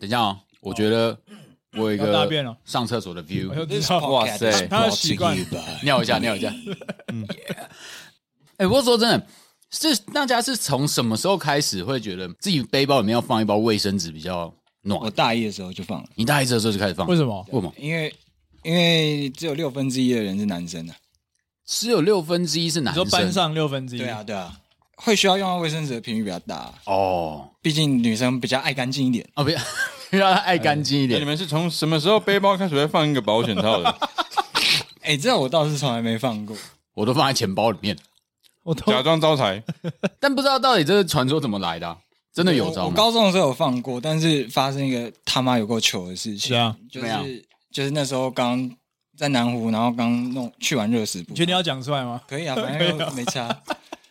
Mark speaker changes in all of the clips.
Speaker 1: 等一下哦，我觉得我有一
Speaker 2: 要大
Speaker 1: 个
Speaker 2: 便了
Speaker 1: 上厕所的 view，
Speaker 2: 我就知
Speaker 3: This
Speaker 2: 道，
Speaker 3: podcast
Speaker 1: 塞
Speaker 3: is
Speaker 2: 他的习
Speaker 3: brought
Speaker 2: 惯
Speaker 3: to you by-
Speaker 1: 尿一下，尿一下。哎，不过说真的，是大家是从什么时候开始会觉得自己背包里面要放一包卫生纸比较
Speaker 3: 我
Speaker 1: 暖？
Speaker 3: 大一的时候就放了，
Speaker 1: 你大一的时候就开始放，
Speaker 2: 为什么？
Speaker 1: 为什么？
Speaker 3: 因为因为只有六分之一的人是男生啊。
Speaker 1: 只有六分之一是
Speaker 2: 你
Speaker 1: 男
Speaker 2: 说
Speaker 1: 生，
Speaker 2: 班上六分之一，
Speaker 3: 对啊，对啊，会需要用到卫生纸的频率比较大，
Speaker 1: 哦，
Speaker 3: 毕竟女生比较爱干净一点。
Speaker 1: 哦，不要 让他爱干净一
Speaker 4: 哎你
Speaker 1: 点。
Speaker 4: 们是从什么时候背包开始会放一个保险套 的？
Speaker 3: 哎，这我倒是从来没放过。
Speaker 1: 我都放在钱包里面，
Speaker 2: 我都
Speaker 4: 假装招财，
Speaker 1: 但不知道到底这个传说怎么来的啊、真的有
Speaker 3: 我
Speaker 1: 招
Speaker 3: 我
Speaker 1: 吗？
Speaker 3: 高中的时候有放过，但是发生一个他妈有够糗的事情，
Speaker 2: 是啊
Speaker 3: 就
Speaker 1: 怎么
Speaker 3: 是就是那时候刚在南湖，然后刚弄去完热食部
Speaker 2: 你，确定要讲出来吗？
Speaker 3: 可以啊，反正又没差。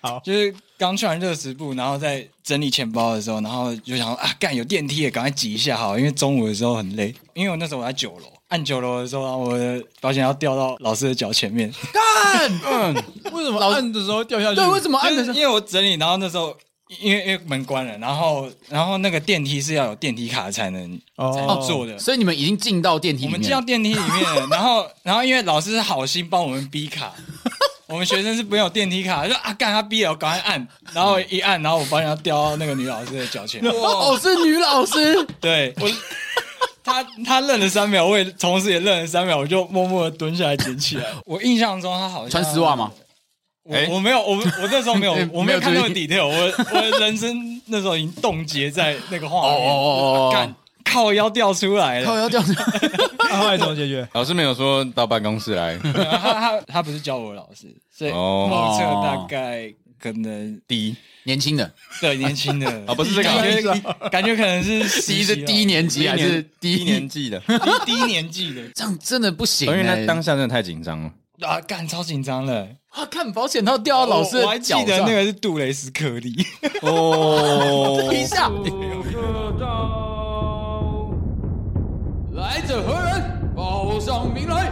Speaker 2: 好
Speaker 3: 就是刚去完热食部，然后在整理钱包的时候，然后就想说啊，干有电梯了，赶快挤一下好，因为中午的时候很累，因为我那时候我在九楼，按九楼的时候，然后我的保险要掉到老师的脚 前面，
Speaker 2: 为什么
Speaker 1: 老
Speaker 2: 按的啊时候掉下去？
Speaker 1: 嗯对，为 什么按
Speaker 3: 嗯就
Speaker 1: 的
Speaker 3: 是
Speaker 1: 是
Speaker 3: 因为我整理，然后那时候因为因为门关了，然后然后那个电梯是要有电梯卡才能才
Speaker 2: 哦
Speaker 3: 能坐的。
Speaker 1: 所以你们已经进到电梯里
Speaker 3: 我们进
Speaker 1: 面
Speaker 3: 到
Speaker 1: 了，
Speaker 3: 电梯里面了，然后然后因为老师是好心帮我们 逼卡，我们学生是没有电梯卡，就说啊干他逼了，我赶快按，然后一按，然后我发现要掉到那个女老师的脚 前，
Speaker 1: 哦，是女老师，
Speaker 3: 对我。他他愣了三秒，我也同时也愣了三秒，我就默默的蹲下来捡 起来。我印象中他好像
Speaker 1: 穿丝袜吗？？
Speaker 3: 我
Speaker 4: 哎
Speaker 3: 我没有，我我那时 候没有
Speaker 1: 没有，
Speaker 3: 我没有看那个
Speaker 1: 注
Speaker 3: detail，我我人生那时候已经冻结在那个
Speaker 1: 哦
Speaker 3: 画
Speaker 1: 哦
Speaker 3: 面，
Speaker 1: 哦
Speaker 3: 干靠腰掉出来
Speaker 1: 哦，靠
Speaker 3: 了。
Speaker 1: 要这样子，
Speaker 2: 那后来怎么解决？
Speaker 4: 老师没有说到办公室来。
Speaker 3: 他他他不是教我的老师，所以
Speaker 4: 哦
Speaker 3: 目测大概可能
Speaker 4: 第一
Speaker 1: 年轻的，
Speaker 3: 对年轻 的
Speaker 4: 啊，不是这个啊，
Speaker 3: 感觉感觉可能 是
Speaker 1: 第一是低
Speaker 3: 年
Speaker 1: 年级还是低
Speaker 4: 第一年纪的，
Speaker 3: 低低年纪的
Speaker 1: 这样真的不行
Speaker 4: 因为
Speaker 1: 欸、
Speaker 4: 他当下真的太紧张了。
Speaker 3: 啊，干超紧张了。
Speaker 1: 啊，看保险套掉到老师
Speaker 3: 我我还
Speaker 1: 的
Speaker 3: 记
Speaker 1: 脚
Speaker 3: 得
Speaker 1: 上
Speaker 3: 那个是杜蕾斯克利，
Speaker 4: 哦
Speaker 1: 一下。来者何人？报上名来。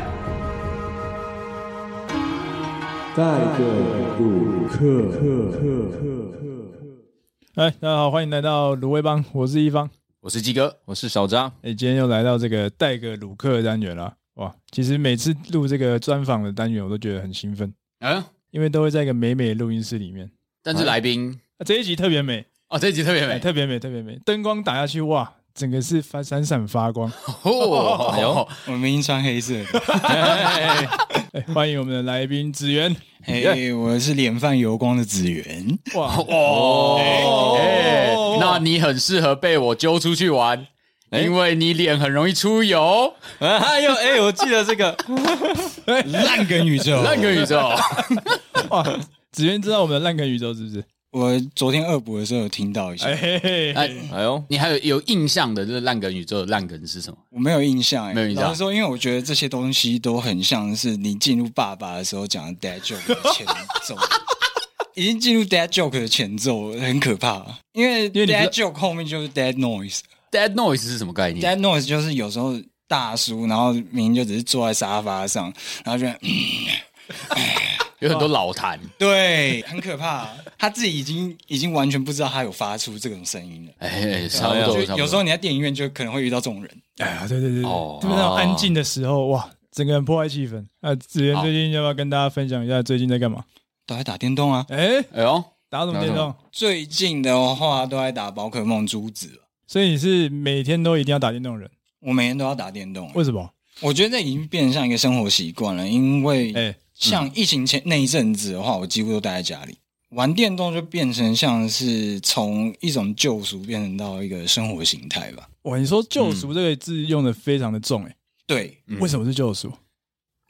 Speaker 2: 哎，大家好，欢迎来到卤味帮，我是一方。
Speaker 1: 我是鸡哥，
Speaker 4: 我是小张，
Speaker 2: 哎，今天又来到这个带个鲁克的单元了。哇，其实每次录这个专访的单元，我都觉得很兴奋，
Speaker 1: 嗯，
Speaker 2: 因为都会在一个美美的录音室里面。
Speaker 1: 但是来宾
Speaker 2: 啊这一集特别美，
Speaker 1: 哦，这一集特别
Speaker 2: 哎
Speaker 1: 美
Speaker 2: 特别美，特别美，灯光打下去，哇，整个是发闪闪发 光。
Speaker 1: 哦，哎呦，
Speaker 3: 我们明明穿黑色 的。
Speaker 2: 哎，欢迎我们的来宾子源。
Speaker 3: 嘿，我是脸泛油光的子源。
Speaker 2: 哇，
Speaker 1: 哦，哎
Speaker 2: 哦
Speaker 1: 那你很适合被我揪出去玩，
Speaker 4: 哎
Speaker 1: 因为你脸很容易出油，
Speaker 4: 哎呦哎，我记得这个，
Speaker 3: 烂梗宇宙，
Speaker 1: 烂个宇 宙。
Speaker 2: 哇，子源知道我们的烂梗宇宙是不是？
Speaker 3: 我昨天恶补的时候有听到一下，
Speaker 2: 哎嘿嘿嘿，
Speaker 1: 哎，
Speaker 4: 哎呦，
Speaker 1: 你还有有印象的，就是烂梗宇宙的烂梗是什么？
Speaker 3: 我没有印象、哎，
Speaker 1: 没有印象
Speaker 3: 老实说，因为我觉得这些东西都很像是你进入爸爸的时候讲的 dad joke 的前 奏，已经进入 dad joke 的前奏，很可怕。因为
Speaker 2: 因为你不知
Speaker 3: dad joke 后面就是 dad noise，dad
Speaker 1: Dead noise 是什么概念？
Speaker 3: noise 就是有时候大叔，然后明明就只是坐在沙发上，然后就、嗯、
Speaker 1: 有很多老痰。
Speaker 3: 对，很可怕。他自己已经已经完全不知道他有发出这种声音了。
Speaker 1: 哎哎，差不
Speaker 4: 对
Speaker 1: 多，
Speaker 3: 啊就
Speaker 1: 差不多
Speaker 3: 有时候你在电影院就可能会遇到这种人。
Speaker 2: 哎呀，对对对，对
Speaker 1: 哦
Speaker 2: 就是那种安静的时候，哇，整个人破坏气氛。那子源
Speaker 1: 好
Speaker 2: 最近要不要跟大家分享一下最近在干嘛？
Speaker 3: 都在打电动啊！
Speaker 2: 哎，
Speaker 1: 哎呦，
Speaker 2: 打什么电
Speaker 4: 打什
Speaker 2: 动？
Speaker 3: 最近的话都在打宝可梦珠子，
Speaker 2: 所以你是每天都一定要打电动的人？
Speaker 3: 我每天都要打电动。欸
Speaker 2: 为什么？
Speaker 3: 我觉得这已经变成像一个生活习惯了，因为
Speaker 2: 哎，
Speaker 3: 像疫情前那一阵子的话，我几乎都待在家里。玩电动就变成像是从一种救赎变成到一个生活形态吧。
Speaker 2: 哇，你说救赎这个字用的非常的重，哎，
Speaker 3: 对，
Speaker 1: 嗯
Speaker 2: 为什么是救赎？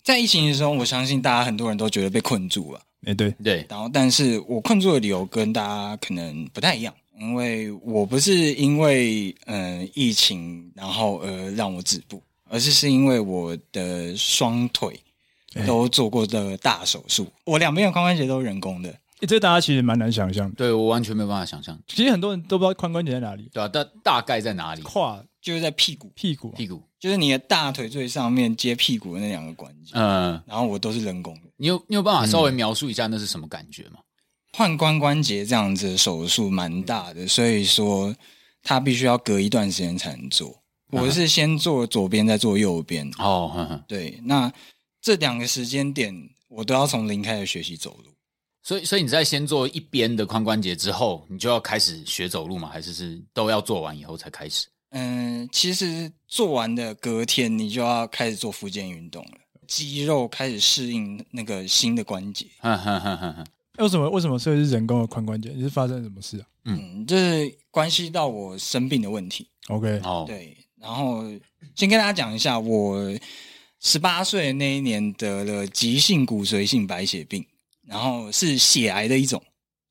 Speaker 3: 在疫情的时候，我相信大家很多人都觉得被困住了。
Speaker 2: 哎，对，
Speaker 1: 对，
Speaker 3: 然后，但是我困住的理由跟大家可能不太一样，因为我不是因为嗯、呃疫情然后呃让我止步，而是是因为我的双腿都做过的大手术，我两边的髋关节都是人工的。
Speaker 2: 哎这大家其实蛮难想象的。
Speaker 1: 对我完全没有办法想象，
Speaker 2: 其实很多人都不知道髋关节在哪里，
Speaker 1: 对啊，大大概在哪里？
Speaker 2: 胯、
Speaker 3: 就是在屁股，
Speaker 2: 屁股。啊
Speaker 1: 屁股，
Speaker 3: 就是你的大腿最上面接屁股的那两个关节，
Speaker 1: 嗯，
Speaker 3: 然后我都是人工的。
Speaker 1: 你有你有办法稍微描述一下那是什么感觉吗？
Speaker 3: 换髋关节这样子的手术蛮大的，所以说它必须要隔一段时间才能做。我是先做左边，再做右边。
Speaker 1: 哦，哼哼
Speaker 3: 对，那这两个时间点，我都要从零开始学习走路。
Speaker 1: 所以所以你在先做一边的髋关节之后，你就要开始学走路吗？还是是都要做完以后才开始？
Speaker 3: 嗯，其实做完的隔天，你就要开始做复健运动了，肌肉开始适应那个新的关节。
Speaker 1: 哼哼
Speaker 3: 嗯
Speaker 1: 哼哼哼，
Speaker 2: 哎为什么为什么设是人工的髋关节？你是发生什么事啊
Speaker 3: 嗯，这是关系到我生病的问题。
Speaker 2: ？OK，
Speaker 1: 哦，
Speaker 3: 对，然后先跟大家讲一下，我十八岁那一年得了急性骨髓性白血病，然后是血癌的一种，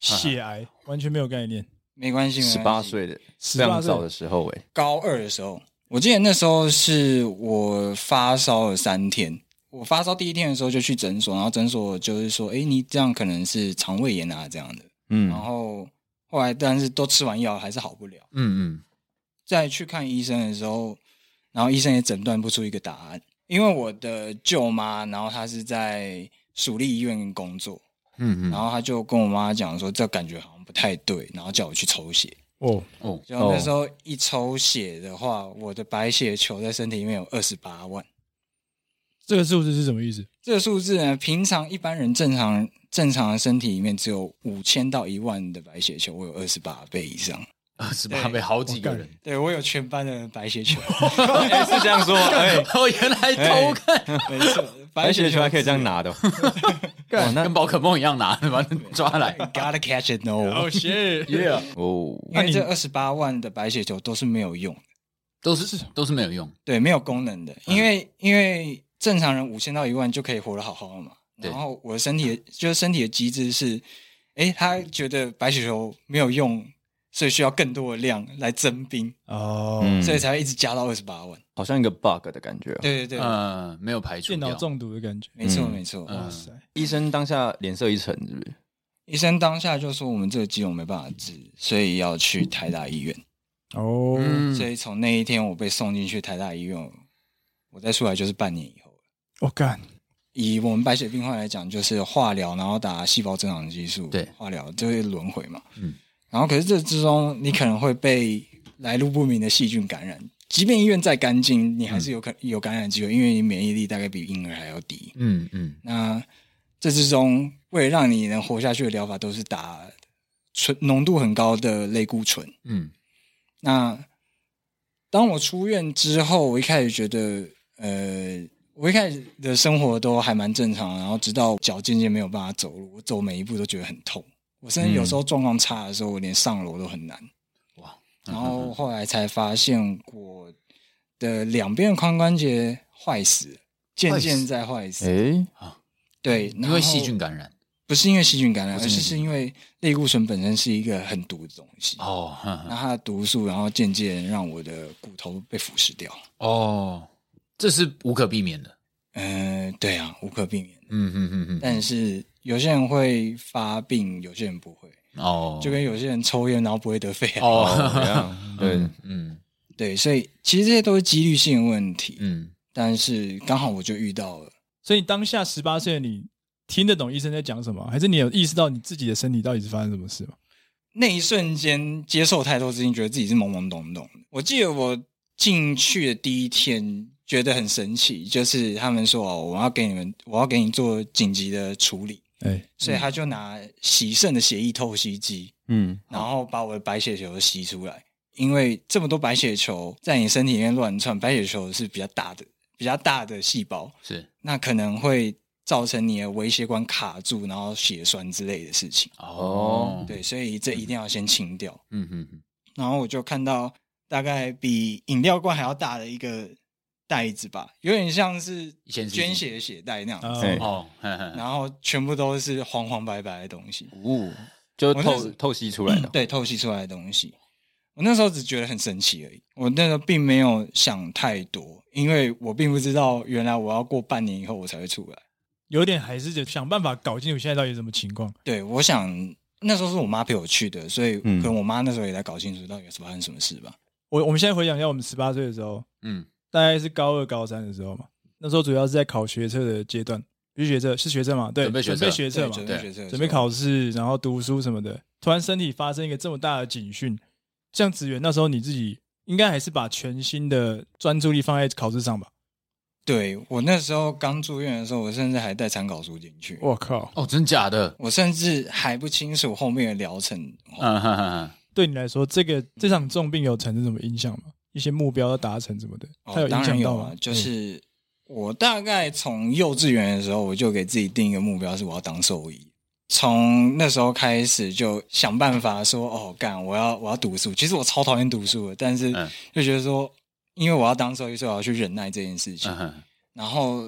Speaker 2: 血癌完全没有概念。
Speaker 3: 没关系，没
Speaker 4: 十
Speaker 3: 关系
Speaker 4: 八岁的
Speaker 2: 十
Speaker 4: 非
Speaker 2: 八
Speaker 4: 常
Speaker 2: 岁
Speaker 4: 早的时候，哎，
Speaker 3: 高二的时候，我记得那时候是我发烧了三天。我发烧第一天的时候就去诊所，然后诊所就是说，哎，你这样可能是肠胃炎啊这样的。然
Speaker 4: 嗯，
Speaker 3: 后后来但是都吃完药还是好不了，
Speaker 1: 嗯嗯，
Speaker 3: 再去看医生的时候，然后医生也诊断不出一个答案，因为我的舅妈，然后她是在属立医院工作，
Speaker 1: 嗯嗯，
Speaker 3: 然后她就跟我妈讲说，这感觉好像不太对，然后叫我去抽血。
Speaker 2: 哦，
Speaker 1: 哦，
Speaker 3: 就那时候一抽血的话，我的白血球在身体里面有二十八万。
Speaker 2: 这个数字是什么意思？
Speaker 3: 这个数字呢，平常一般人正常正常的身体里面只有五千到一万的白血球，我有二十八倍以上。
Speaker 1: 二十八倍，好几个人。
Speaker 3: 对我有全班的白血 球，
Speaker 4: 哎是这样 说吗，哎，
Speaker 1: 哦，原来偷看，
Speaker 3: 没错，
Speaker 4: 白血球还可以这样拿的 哦，哇那
Speaker 1: 跟宝可梦一样拿， 把它抓来。
Speaker 3: Gotta catch it no！
Speaker 2: 血
Speaker 1: Yeah，
Speaker 4: 哦，
Speaker 3: 因为这二十八万的白血球都是没有用的，
Speaker 1: 都是都是没有用。
Speaker 3: 对，没有功能的。
Speaker 1: 嗯
Speaker 3: 因为、因为正常人五千到一万就可以活得好好的嘛。
Speaker 1: 对
Speaker 3: 然后我的身体的就是身体的机制是，诶，他觉得白血球没有用，所以需要更多的量来增兵，
Speaker 2: 哦，
Speaker 4: 嗯
Speaker 3: 所以才会一直加到二十八万。
Speaker 4: 好像一个 bug 的感觉哦。
Speaker 3: 对对对，
Speaker 1: 呃，没有排除
Speaker 2: 电脑
Speaker 1: 掉。
Speaker 2: 中毒的感觉。
Speaker 3: 没错
Speaker 4: 嗯
Speaker 3: 没错。
Speaker 1: 嗯
Speaker 2: 哇塞，
Speaker 4: 医生当下脸色一沉，是不是？
Speaker 3: 医生当下就说我们这个肌肉没办法治，所以要去台大医院。
Speaker 2: 哦，
Speaker 1: 嗯
Speaker 3: 所以从那一天我被送进去台大医院，我再出来就是半年以后。
Speaker 2: 我干，
Speaker 3: 以我们白血病患来讲，就是化疗，然后打细胞增长激素，
Speaker 1: 对
Speaker 3: 化疗就会轮回嘛。
Speaker 1: 嗯
Speaker 3: 嗯，然后可是这之中，你可能会被来路不明的细菌感染，即便医院再干净，你还是有可、有感染的机会，因为你免疫力大概比婴儿还要低。
Speaker 1: 嗯嗯，
Speaker 3: 那这之中，为了让你能活下去的疗法，都是打醇浓度很高的类固醇。
Speaker 1: 嗯
Speaker 3: 那当我出院之后，我一开始觉得，呃，我一开始的生活都还蛮正常，然后直到脚渐渐没有办法走路，我走每一步都觉得很痛，我甚至有时候状况差的时候，我连上楼都很难。
Speaker 1: 嗯哇，
Speaker 3: 然后后来才发现我的两边髋关节坏死了，渐渐在坏死。
Speaker 4: 哎，
Speaker 3: 对，
Speaker 1: 因为细菌感染。
Speaker 3: 不是因为细菌感染，
Speaker 1: 不
Speaker 3: 而
Speaker 1: 是
Speaker 3: 是
Speaker 1: 因为
Speaker 3: 是因为类固醇本身是一个很毒的东西。
Speaker 1: 哦，哼哼
Speaker 3: 那它的毒素，然后渐渐让我的骨头被腐蚀掉。
Speaker 1: 哦，这是无可避免的。
Speaker 3: 嗯、对啊，无可避免。
Speaker 1: 嗯嗯嗯嗯，
Speaker 3: 但是有些人会发病，有些人不会，
Speaker 1: 哦，
Speaker 3: 就跟有些人抽烟然后不会得肺癌。
Speaker 1: 哦
Speaker 4: 哦，怎 样对，
Speaker 1: 嗯
Speaker 3: 对，所以其实这些都是几率性的问题。
Speaker 1: 嗯，
Speaker 3: 但是刚好我就遇到了，
Speaker 2: 所以当下十八岁的你听得懂医生在讲什么，还是你有意识到你自己的身体到底是发生什么事吗？
Speaker 3: 那一瞬间接受太多资讯，觉得自己是懵懵懂懂的。我记得我进去的第一天，觉得很神奇，就是他们说哦，我要给你们，我要给你做紧急的处理，
Speaker 2: 哎，
Speaker 3: 所以他就拿洗肾的血液透析机，
Speaker 4: 嗯，
Speaker 3: 然后把我的白血球吸出来，因为这么多白血球在你身体里面乱窜，白血球是比较大的、比较大的细胞，
Speaker 1: 是
Speaker 3: 那可能会造成你的微血管卡住，然后血栓之类的事情。
Speaker 1: 哦，，
Speaker 3: 对，所以这一定要先清掉。
Speaker 1: 嗯嗯嗯，
Speaker 3: 然后我就看到大概比饮料罐还要大的一个袋子吧，有点像是
Speaker 1: 以前是
Speaker 3: 捐血的血袋那样子，
Speaker 2: 哦
Speaker 4: 哎
Speaker 1: 哦，哼哼
Speaker 3: 然后全部都是黄黄白白的东西。
Speaker 4: 哦，就
Speaker 3: 我那
Speaker 4: 透
Speaker 3: 是
Speaker 4: 透析出来的，
Speaker 3: 嗯对，透析出来的东西。我那时候只觉得很神奇而已，我那时候并没有想太多，因为我并不知道原来我要过半年以后我才会出来。
Speaker 2: 有点还是得想办法搞清楚现在到底是什么情况。
Speaker 3: 对，我想那时候是我妈陪我去的，所以可
Speaker 4: 嗯
Speaker 3: 能我妈那时候也在搞清楚到底是发生什么事吧。
Speaker 2: 我我们现在回想一下，我们十八岁的时候，
Speaker 1: 嗯
Speaker 2: 大概是高二、高三的时候嘛，那时候主要是在考学测的阶段，不是学测是学测嘛？对，
Speaker 1: 准备学测
Speaker 2: 准备学测
Speaker 3: 对
Speaker 2: 嘛，
Speaker 3: 准
Speaker 1: 对
Speaker 3: 备学测的时候
Speaker 2: 准备考试，然后读书什么的。突然身体发生一个这么大的警讯，像子源那时候你自己应该还是把全心的专注力放在考试上吧？
Speaker 3: 对我那时候刚住院的时候，我甚至还带参考书进去，
Speaker 2: 我靠，
Speaker 1: 哦，真假的？
Speaker 3: 我甚至还不清楚后面的疗程。
Speaker 1: 嗯哼哼哼，
Speaker 2: 对你来说，这个这场重病有产生什么影响吗？一些目标要达成什么的，它
Speaker 3: 哦，
Speaker 2: 有
Speaker 3: 当
Speaker 2: 影
Speaker 3: 然
Speaker 2: 响
Speaker 3: 有
Speaker 2: 到
Speaker 3: 啊
Speaker 2: 吗？，嗯
Speaker 3: 就是我大概从幼稚园的时候，我就给自己定一个目标，是我要当兽医。从那时候开始就想办法说，哦，干，我要我要读书。其实我超讨厌读书的，但是
Speaker 1: 嗯
Speaker 3: 就觉得说，因为我要当兽医，所以我要去忍耐这件事情。
Speaker 1: 嗯哼，
Speaker 3: 然后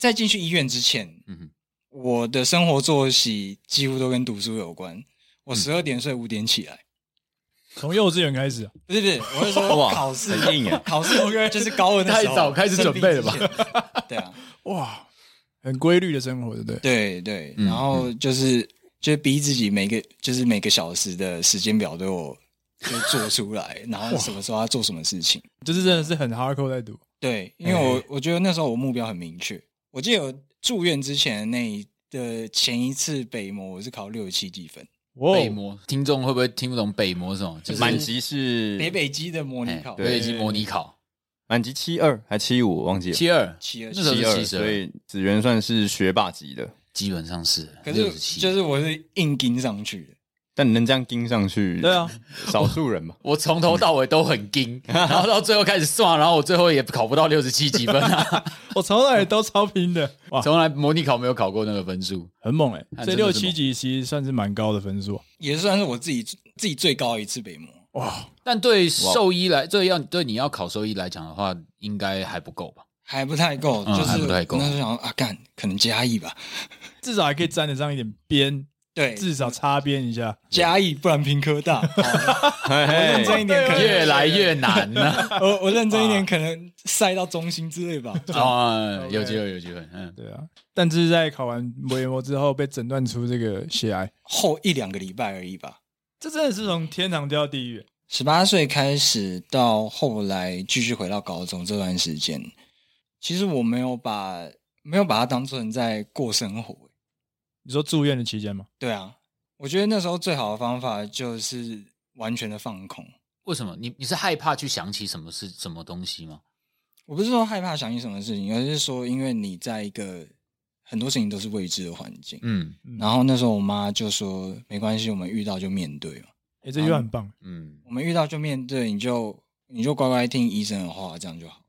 Speaker 3: 在进去医院之前，
Speaker 1: 嗯哼，
Speaker 3: 我的生活作息几乎都跟读书有关。
Speaker 1: 嗯
Speaker 3: 我十二点睡，五点起来。
Speaker 2: 从幼稚园开始啊、
Speaker 3: 不是不是，我是说
Speaker 4: 哇
Speaker 3: 考试
Speaker 4: 很硬耶
Speaker 3: 考试就是高二的时
Speaker 1: 太
Speaker 3: 候
Speaker 1: 早开始准备了吧？
Speaker 3: 吧？对啊，
Speaker 2: 哇，很规律的生活，对不对？
Speaker 3: 对对，
Speaker 1: 嗯
Speaker 3: 然后就是就是逼自己每个就是每个小时的时间表都有就做出来，然后什么时候要做什么事情。
Speaker 2: 就是真的是很 hardcore 在读，
Speaker 3: 对，因
Speaker 1: 哎
Speaker 3: 为我我觉得那时候我目标很明确。我记得我住院之前的那一的前一次北模，我是考六十七几分，
Speaker 2: 哇哦
Speaker 1: 北模，听众会不会听不懂北模是什么？就是
Speaker 4: 满级嗯是
Speaker 3: 北北基的模拟
Speaker 1: 嗯哎
Speaker 3: 考，
Speaker 1: 对，已经模拟考
Speaker 4: 满级七二还七五，我忘记了。
Speaker 1: 七二，
Speaker 3: 七二
Speaker 1: 那时候
Speaker 3: 七
Speaker 1: 是72
Speaker 3: 二。
Speaker 4: 72所以子源算是学霸级的，
Speaker 1: 基本上是
Speaker 3: 可
Speaker 1: 六十
Speaker 3: 是
Speaker 1: 七，。
Speaker 3: 就是我是硬盯上去的。
Speaker 4: 但你能这样盯上去，
Speaker 2: 对啊，
Speaker 4: 少数人吧
Speaker 1: 我从头到尾都很 硬，然后到最后开始算，然后我最后也考不到六十七几分 啊，
Speaker 2: 我从来都超拼的，哇，
Speaker 1: 从来模拟考没有考过那个分数。
Speaker 2: 很猛哎、
Speaker 1: 啊真
Speaker 2: 这
Speaker 1: 的是
Speaker 2: 六
Speaker 1: 猛
Speaker 2: 七集其实算是蛮高的分数啊，
Speaker 3: 也算是我自己自己最高一次北模。
Speaker 2: 哇，
Speaker 1: 但对兽医来，对要对你要考兽医来讲的话，应该还不够吧？
Speaker 3: 还不太够，
Speaker 1: 嗯
Speaker 3: 就是
Speaker 1: 还不太够
Speaker 3: 那时候想说啊，干可能嘉义吧，
Speaker 2: 至少还可以沾得上一点边，
Speaker 3: 对，
Speaker 2: 至少擦边一下。
Speaker 3: 嘉义，不然平科大。好
Speaker 4: 嘿
Speaker 3: 我认真一
Speaker 4: 嘿，
Speaker 3: 点，可能
Speaker 1: 哦啊越来越难啊了
Speaker 3: 我我认真一点，可能赛到中心之类吧。
Speaker 1: 啊！有机会，有机会，嗯，
Speaker 2: 对啊，但是在考完维摩之后被诊断出这个血癌，
Speaker 3: 后一两个礼拜而已吧。
Speaker 2: 这真的是从天堂掉地狱。
Speaker 3: 十八岁开始到后来继续回到高中这段时间，其实我没有把没有把它当成在过生活、欸
Speaker 2: 你说住院的期间吗？
Speaker 3: 对啊，我觉得那时候最好的方法就是完全的放空。
Speaker 1: 为什么？你你是害怕去想起什么是什么东西吗？
Speaker 3: 我不是说害怕想起什么事情，而是说因为你在一个很多事情都是未知的环境。
Speaker 1: 嗯
Speaker 3: 然后那时候我妈就说：“没关系，我们遇到就面对嘛，
Speaker 2: 哎、这句话很棒。
Speaker 1: 嗯，
Speaker 3: 我们遇到就面对，你就你就乖乖听医生的话，这样就好。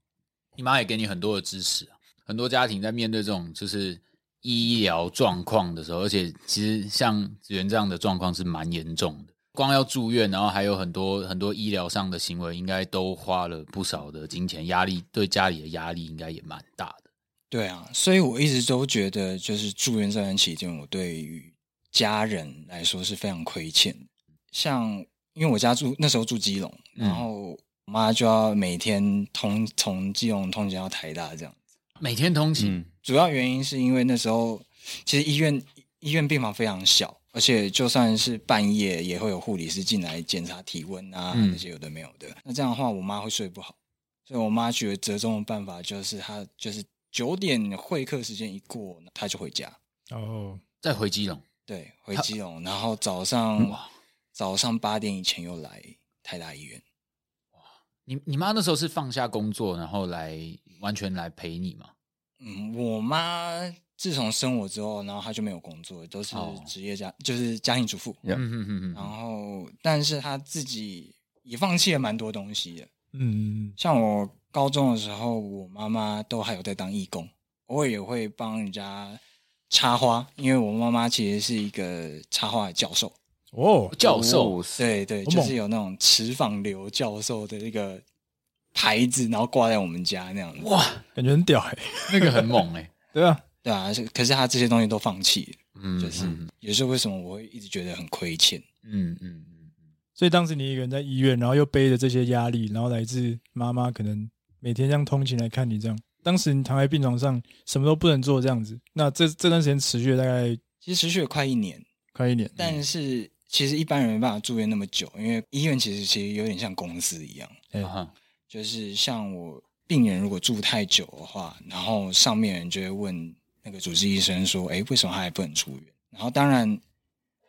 Speaker 1: 你妈也给你很多的支持啊很多家庭在面对这种就是医疗状况的时候，而且其实像子源这样的状况是蛮严重的，光要住院，然后还有很多很多医疗上的行为，应该都花了不少的金钱，压力对家里的压力应该也蛮大的。”
Speaker 3: 对啊，所以我一直都觉得，就是住院这段期间，我对于家人来说是非常亏欠的。像因为我家住那时候住基隆，
Speaker 1: 嗯
Speaker 3: 然后我妈就要每天通从基隆通勤到台大这样。
Speaker 1: 每天通勤，
Speaker 4: 嗯，
Speaker 3: 主要原因是因为那时候其实医院医院病房非常小，而且就算是半夜也会有护理师进来检查体温啊、
Speaker 1: 嗯
Speaker 3: 那些有的没有的。那这样的话，我妈会睡不好，所以我妈觉得折中的办法就是她就是九点会客时间一过，她就回家，
Speaker 2: 哦，
Speaker 1: 再回基隆，
Speaker 3: 对，回基隆，然后早上早上八点以前又来台大医院。
Speaker 1: 你你妈那时候是放下工作，然后来完全来陪你吗？
Speaker 3: 嗯，我妈自从生我之后，然后她就没有工作，都是
Speaker 1: 哦
Speaker 3: 职业家，就是家庭主妇。
Speaker 4: Yeah
Speaker 1: 嗯哼哼
Speaker 3: 啊然
Speaker 1: 哼，
Speaker 3: 后但是他自己也放弃了蛮多东西的。
Speaker 2: 嗯，
Speaker 3: 像我高中的时候，我妈妈都还有在当义工，偶尔也会帮人家插花，因为我妈妈其实是一个插画的教授。
Speaker 2: 哦，
Speaker 1: 教授，
Speaker 3: 对对，
Speaker 2: 好
Speaker 3: 就
Speaker 2: 猛
Speaker 3: 是有那种池坊流教授的那个牌子，然后挂在我们家那样子。
Speaker 1: 哇，
Speaker 2: 感觉很屌哎、
Speaker 1: 那个很猛哎、
Speaker 2: 对啊，
Speaker 3: 对啊，是可是他这些东西都放弃
Speaker 1: 嗯
Speaker 3: 了，就是也是为什么我会一直觉得很亏欠。
Speaker 1: 嗯嗯嗯，
Speaker 2: 所以当时你一个人在医院，然后又背着这些压力，然后来自妈妈可能每天这样通勤来看你这样。当时你躺在病床上，什么都不能做，这样子。那这这段时间持续了大概
Speaker 3: 其实持续了快一年，
Speaker 2: 快一年，嗯
Speaker 3: 但是其实一般人没办法住院那么久，因为医院其实其实有点像公司一样，
Speaker 2: 哎
Speaker 1: 啊哈
Speaker 3: 就是像我病人如果住太久的话，然后上面人就会问那个主治医生说：“哎，为什么他还不能出院？”然后当然，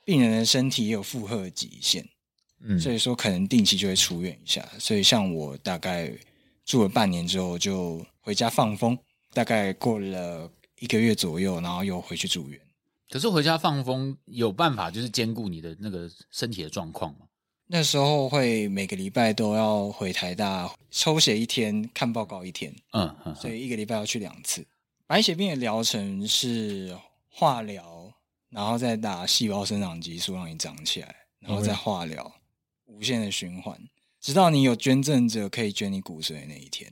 Speaker 3: 病人的身体也有负荷的极限，
Speaker 1: 嗯，
Speaker 3: 所以说可能定期就会出院一下。所以像我大概住了半年之后就回家放风，大概过了一个月左右，然后又回去住院。
Speaker 1: 可是回家放风有办法，就是兼顾你的那个身体的状况嘛？
Speaker 3: 那时候会每个礼拜都要回台大抽血一天，看报告一天，
Speaker 1: 嗯嗯，
Speaker 3: 所以一个礼拜要去两次。白血病的疗程是化疗，然后再打细胞生长激素让你长起来，然后再化疗，无限的循环，直到你有捐赠者可以捐你骨髓的那一天。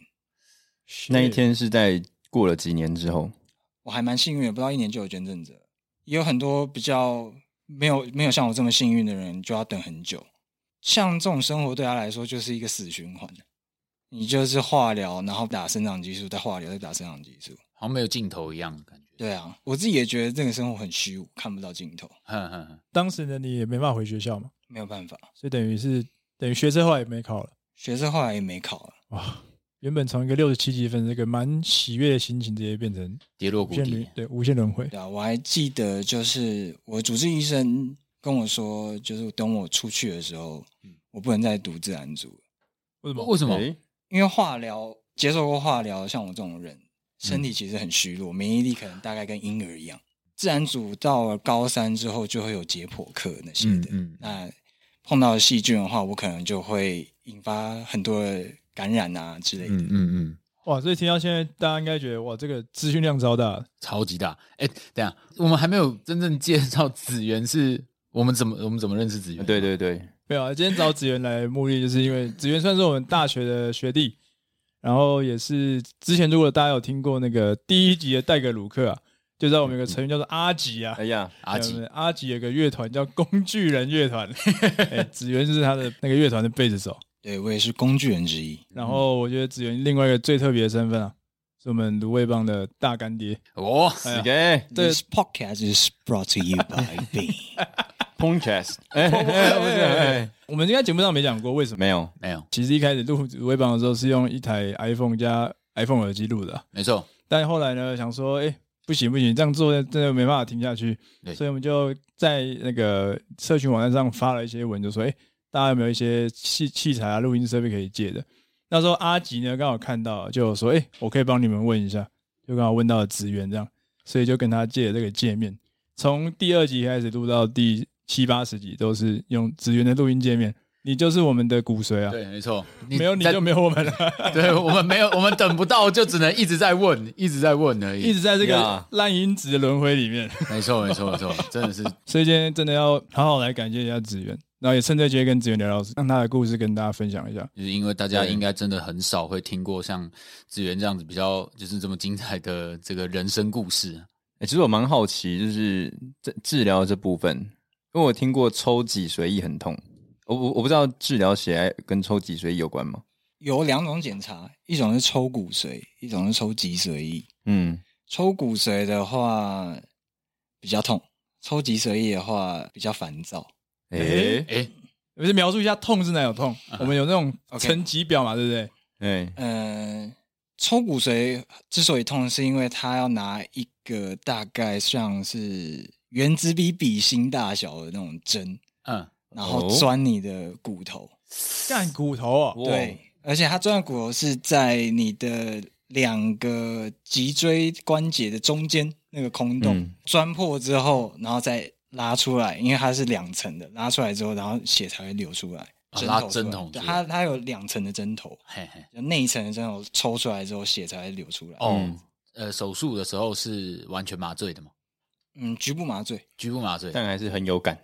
Speaker 4: 那一天是在过了几年之后，
Speaker 3: 我还蛮幸运的，不到一年就有捐赠者，也有很多比较没有没有像我这么幸运的人，就要等很久。像这种生活对他来说就是一个死循环，你就是化疗，然后打生长激素，再化疗，再打生长激素。
Speaker 1: 好像没有尽头一样的感觉。
Speaker 3: 对啊，我自己也觉得这个生活很虚无，看不到尽头，
Speaker 1: 哼哼哼，
Speaker 2: 当时的你也没办法回学校嘛，
Speaker 3: 没有办法。
Speaker 2: 所以等于是等于学测后来也没考了。
Speaker 3: 学生后来也没考了，
Speaker 2: 哇，原本从一个六十七级分，这个蛮喜悦的心情，直接变成
Speaker 1: 跌落
Speaker 2: 无
Speaker 1: 谷
Speaker 2: 限轮
Speaker 1: 底。
Speaker 2: 对无限轮回。
Speaker 3: 对啊，我还记得就是我主治医生跟我说，就是等我出去的时候，我不能再读自然组了。
Speaker 2: 为什么？
Speaker 1: 为什么？
Speaker 4: 诶
Speaker 3: 因为化疗接受过化疗，像我这种人，身
Speaker 1: 嗯
Speaker 3: 体其实很虚弱，免疫力可能大概跟婴儿一样。自然组到了高三之后，就会有解剖课那些
Speaker 1: 嗯
Speaker 3: 的。
Speaker 1: 嗯，
Speaker 3: 那碰到细菌的话，我可能就会引发很多的感染啊之类的。
Speaker 1: 嗯嗯嗯，
Speaker 2: 哇，所以听到现在，大家应该觉得哇，这个资讯量超大。
Speaker 1: 超级大。哎，等一下，我们还没有真正介绍子源是，我们怎么我们怎么认识子源？
Speaker 4: 对，对对，
Speaker 2: 没有啊，今天找子源来的目的就是因为子源算是我们大学的学弟，然后也是之前如果大家有听过那个第一集的戴格鲁克啊，就知道我们有个成员叫做阿吉啊
Speaker 4: 哎。呀，
Speaker 1: 阿
Speaker 2: 对我
Speaker 1: 吉
Speaker 2: 们阿吉有个乐团叫工具人乐团，哎子源就是他的那个乐团的贝斯手。
Speaker 3: 对我也是工具人之一。
Speaker 2: 然后我觉得子源另外一个最特别的身份啊，是我们卤味帮的大干爹。
Speaker 1: 哦，
Speaker 4: 几个
Speaker 2: 对
Speaker 3: This podcast is brought to you by B。
Speaker 4: podcast，哎哎哎不是哎，
Speaker 2: 啊我们应该节目上没讲过为什么。
Speaker 4: 没有，
Speaker 1: 没有，
Speaker 2: 其实一开始录卤味帮的时候是用一台 iPhone 加 iPhone 耳机录的啊、
Speaker 1: 没错，
Speaker 2: 但后来呢，想说，哎、不行不行，这样做真的没办法停下去
Speaker 1: 对，
Speaker 2: 所以我们就在那个社群网站上发了一些文，就说，哎、大家有没有一些器器材啊、录音设备可以借的？那时候阿吉呢刚好看到，就有说，哎、我可以帮你们问一下，就刚好问到了职员这样，所以就跟他借了这个界面，从第二集开始录到第七八十集都是用职员的录音界面，你就是我们的骨髓啊。
Speaker 1: 对，没错，
Speaker 2: 没有你
Speaker 1: 在
Speaker 2: 就没有我们了，
Speaker 1: 对我们没有，我们等不到，就只能一直在问，一直在问而
Speaker 2: 一
Speaker 1: 已。
Speaker 2: 直在这个
Speaker 4: 呀
Speaker 2: 烂因子的轮回里面。
Speaker 1: 没错，没错，没错，真的是
Speaker 2: 所以今天真的要好好来感谢一下子源，然后也趁这机会跟子源聊聊，让他的故事跟大家分享一下。
Speaker 1: 就是因为大家
Speaker 4: 对
Speaker 1: 应该真的很少会听过像志源这样子比较就是这么精彩的这个人生故事。
Speaker 4: 哎，其实我蛮好奇，就是治治疗这部分，因为我听过抽脊髓液很痛，我我我不知道治疗血癌跟抽脊髓液有关吗？
Speaker 3: 有两种检查，一种是抽骨髓，一种是抽脊髓液。
Speaker 4: 嗯，
Speaker 3: 抽骨髓的话比较痛，抽脊髓液的话比较烦躁。
Speaker 4: 哎
Speaker 1: 哎，
Speaker 2: 我是描述一下痛是哪种痛，我们有那种
Speaker 3: OK
Speaker 2: 层级表嘛，对不对？
Speaker 4: 哎，
Speaker 3: 嗯，抽骨髓之所以痛，是因为它要拿一个大概像是原子笔笔芯大小的那种针，
Speaker 1: 嗯，
Speaker 3: 然后
Speaker 4: 哦
Speaker 3: 钻你的骨头。
Speaker 2: 干骨头哦，
Speaker 4: 哇
Speaker 3: 对，而且它钻的骨头是在你的两个脊椎关节的中间那个空洞，
Speaker 4: 嗯
Speaker 3: 钻破之后，然后再拉出来，因为它是两层的，拉出来之后，然后血才会流出来。
Speaker 1: 啊拉
Speaker 3: 头出来
Speaker 1: 针筒
Speaker 3: 对
Speaker 1: 是
Speaker 3: 它它有两层的针头，
Speaker 1: 嘿嘿，
Speaker 3: 就内层的针头抽出来之后，血才会流出来。
Speaker 1: 哦，
Speaker 4: 嗯
Speaker 1: 呃，手术的时候是完全麻醉的嘛，
Speaker 3: 嗯，局部麻醉，
Speaker 1: 局部麻醉，
Speaker 4: 但还是很有感。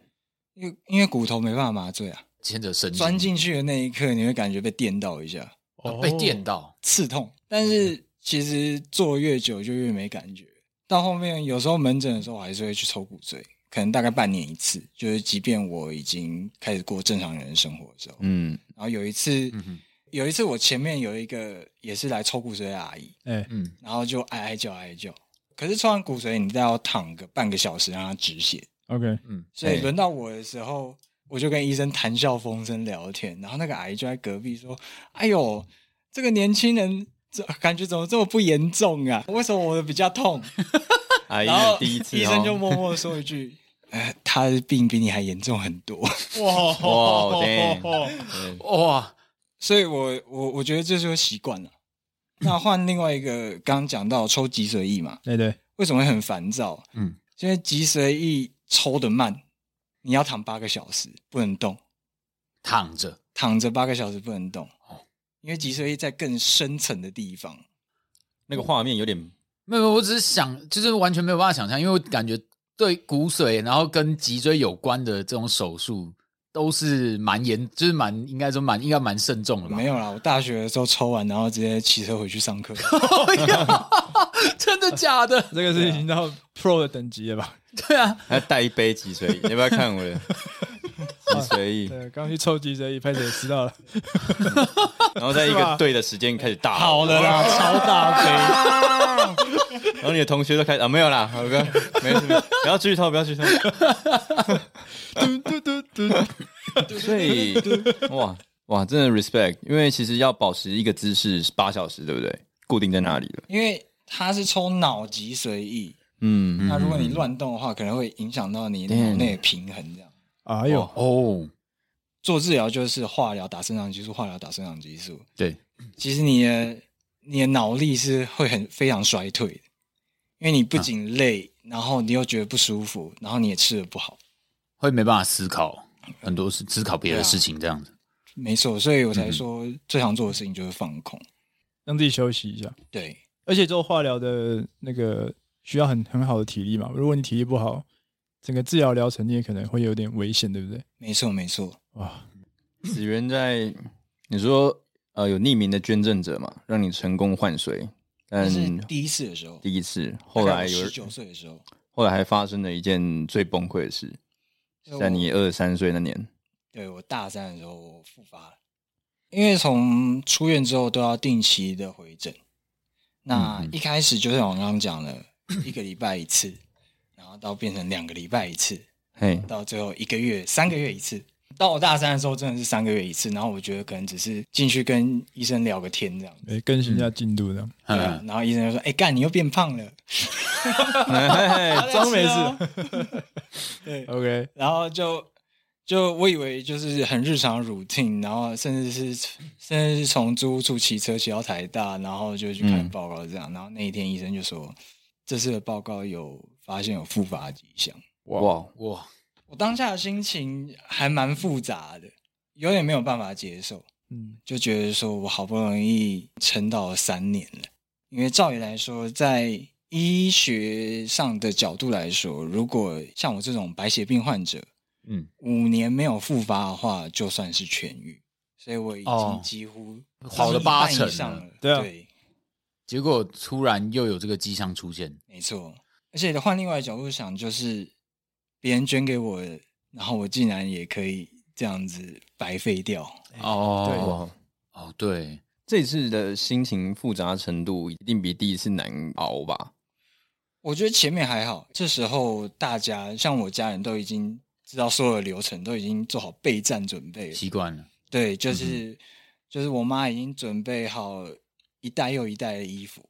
Speaker 3: 因为因为骨头没办法麻醉啊，
Speaker 1: 牵着神经
Speaker 3: 钻进去的那一刻，你会感觉被电到一下，
Speaker 1: 呃
Speaker 2: 哦
Speaker 1: 被电到，
Speaker 3: 刺痛，但
Speaker 1: 嗯
Speaker 3: 是其实做越久就越没感觉。到后面有时候门诊的时候，我还是会去抽骨髓，可能大概半年一次。就是即便我已经开始过正常人的生活的时候，
Speaker 4: 嗯，
Speaker 3: 然后有一次，
Speaker 1: 嗯哼，
Speaker 3: 有一次我前面有一个也是来抽骨髓的阿姨，
Speaker 2: 哎，
Speaker 1: 嗯，
Speaker 3: 然后就哀哀叫哀叫。可是抽完骨髓，你都要躺个半个小时让它止血，
Speaker 2: ，OK，
Speaker 3: 所以
Speaker 4: 哎
Speaker 3: 轮到我的时候，我就跟医生谈笑风生聊天，然后那个阿姨就在隔壁说：“哎呦，这个年轻人这感觉怎么这么不严重啊？为什么我的比较痛
Speaker 4: 阿？”姨
Speaker 3: 然后
Speaker 4: 哎第一次，哦
Speaker 3: 医 生就默默地说一句：“呃，他的病比你还严重很多，
Speaker 4: 哇
Speaker 2: 哇，
Speaker 1: 哇，
Speaker 3: 所以我我我觉得这就是习惯了。那换另外一个，刚刚讲到抽脊髓液嘛，
Speaker 2: 对哎对，
Speaker 3: 为什么会很烦躁？
Speaker 1: 嗯，
Speaker 3: 因为脊髓液抽的慢，你要躺八个小时不能动，
Speaker 1: 躺着
Speaker 3: 躺着八个小时不能动
Speaker 1: 哦，
Speaker 3: 因为脊髓液在更深层的地方。
Speaker 4: 那个画面有点
Speaker 1: 没有，我只是想，就是完全没有办法想象，因为我感觉对骨髓，然后跟脊椎有关的这种手术，都是蛮严，就是蛮应该说蛮应该蛮慎重的吧
Speaker 3: 没。有啦，我大学的时候抽完，然后直接骑车回去上 课。
Speaker 1: 哎真的假的？
Speaker 2: 这个是已经到 Pro 的等级了吧？
Speaker 1: 对啊，
Speaker 4: 还带一杯脊髓液，你要不要看 我的脊髓液？
Speaker 2: 对，刚去抽脊椎一拍手知道了，
Speaker 4: 然后在一个对的时间开始大
Speaker 3: 好了啦，超大
Speaker 4: 然后你的同学都开始啊，没有啦，好哥，没事，没 事不要剧透，不要剧透。 所以哇哇，真的 respect，因为其实要保持一个姿势八小时，对不对？固定在那里了。
Speaker 3: 杯，因为它是抽脑脊髓液，
Speaker 4: 嗯，
Speaker 3: 那如果你乱动的话，可能会影响到你脑内的平衡。这样
Speaker 2: 哎呦，
Speaker 1: 哦，
Speaker 3: 做治疗就是化疗打生长激素，化疗打生长激素，
Speaker 1: 对，
Speaker 4: 嗯
Speaker 3: 其实你的你的脑力是会很非常衰退的，因为你
Speaker 4: 嗯
Speaker 3: 不仅累，然后你又觉得不舒服，然后你也吃的不好。
Speaker 1: 会没办法思考很多事，思考别的
Speaker 3: 对啊
Speaker 1: 事情这样子。
Speaker 3: 没错，所以我
Speaker 4: 嗯
Speaker 3: 才说最常做的事情就是放空。
Speaker 2: 让自己休息一下。
Speaker 3: 对，
Speaker 2: 而且做化疗的那个需要很很好的体力嘛，如果你体力不好，整个治疗疗程你也可能会有点危险，对不对？
Speaker 3: 没错，没错。
Speaker 2: 哇，
Speaker 4: 子源在你说呃有匿名的捐赠者嘛，让你成功换水，但
Speaker 3: 那是第一次的时候，
Speaker 4: 第一次，后来有
Speaker 3: 十九岁的时候，
Speaker 4: 后来还发生了一件最崩溃的事，
Speaker 3: 对
Speaker 4: 在
Speaker 3: 哎我
Speaker 4: 你二十三岁那年。
Speaker 3: 对我大三的时候我复发了，因为从出院之后都要定期的回诊。那
Speaker 1: 嗯嗯
Speaker 3: 一开始就像我刚刚讲的，一个礼拜一次，然后到变成两个礼拜一次，
Speaker 4: 嘿，
Speaker 3: 到最后一个月、三个月一次。到我大三的时候，真的是三个月一次。然后我觉得可能只是进去跟医生聊个天这样子，
Speaker 2: 哎，更新一下进度这样。
Speaker 3: 对啊
Speaker 1: 嗯，
Speaker 3: 然后医生就说：“哎、干，你又变胖了。
Speaker 4: 嘿
Speaker 2: 装没事
Speaker 3: 好再吃哦对，
Speaker 2: OK，
Speaker 3: 然后就就我以为就是很日常的 routine，然后甚至是甚至是从租屋处骑车骑到台大，然后就去看
Speaker 4: 嗯
Speaker 3: 报告这样。然后那一天医生就说，这次的报告有发现有复发迹象。
Speaker 4: 哇，
Speaker 1: 哇，
Speaker 3: 我当下的心情还蛮复杂的，有点没有办法接受，
Speaker 2: 嗯，
Speaker 3: 就觉得说我好不容易撑到了三年了，因为照理来说，在医学上的角度来说，如果像我这种白血病患者，
Speaker 1: 嗯，
Speaker 3: 五年没有复发的话，就算是痊愈，所以我已
Speaker 1: 哦
Speaker 3: 经几乎
Speaker 1: 好了八成
Speaker 3: 一半以上了
Speaker 1: 了，
Speaker 2: 对啊
Speaker 3: 对，
Speaker 1: 结果突然又有这个迹象出现，
Speaker 3: 没错。而且换另外一个角度想，就是别人捐给我的，然后我竟然也可以这样子白费掉。
Speaker 1: 哦，
Speaker 4: 哇，
Speaker 1: 哦，对，
Speaker 4: 这次的心情复杂程度一定比第一次难熬吧？
Speaker 3: 我觉得前面还好，这时候大家像我家人都已经知道所有的流程，都已经做好备战准备了。
Speaker 1: 习惯了，
Speaker 3: 对，
Speaker 1: 嗯
Speaker 3: 就是、就是我妈已经准备好一袋又一袋的衣服，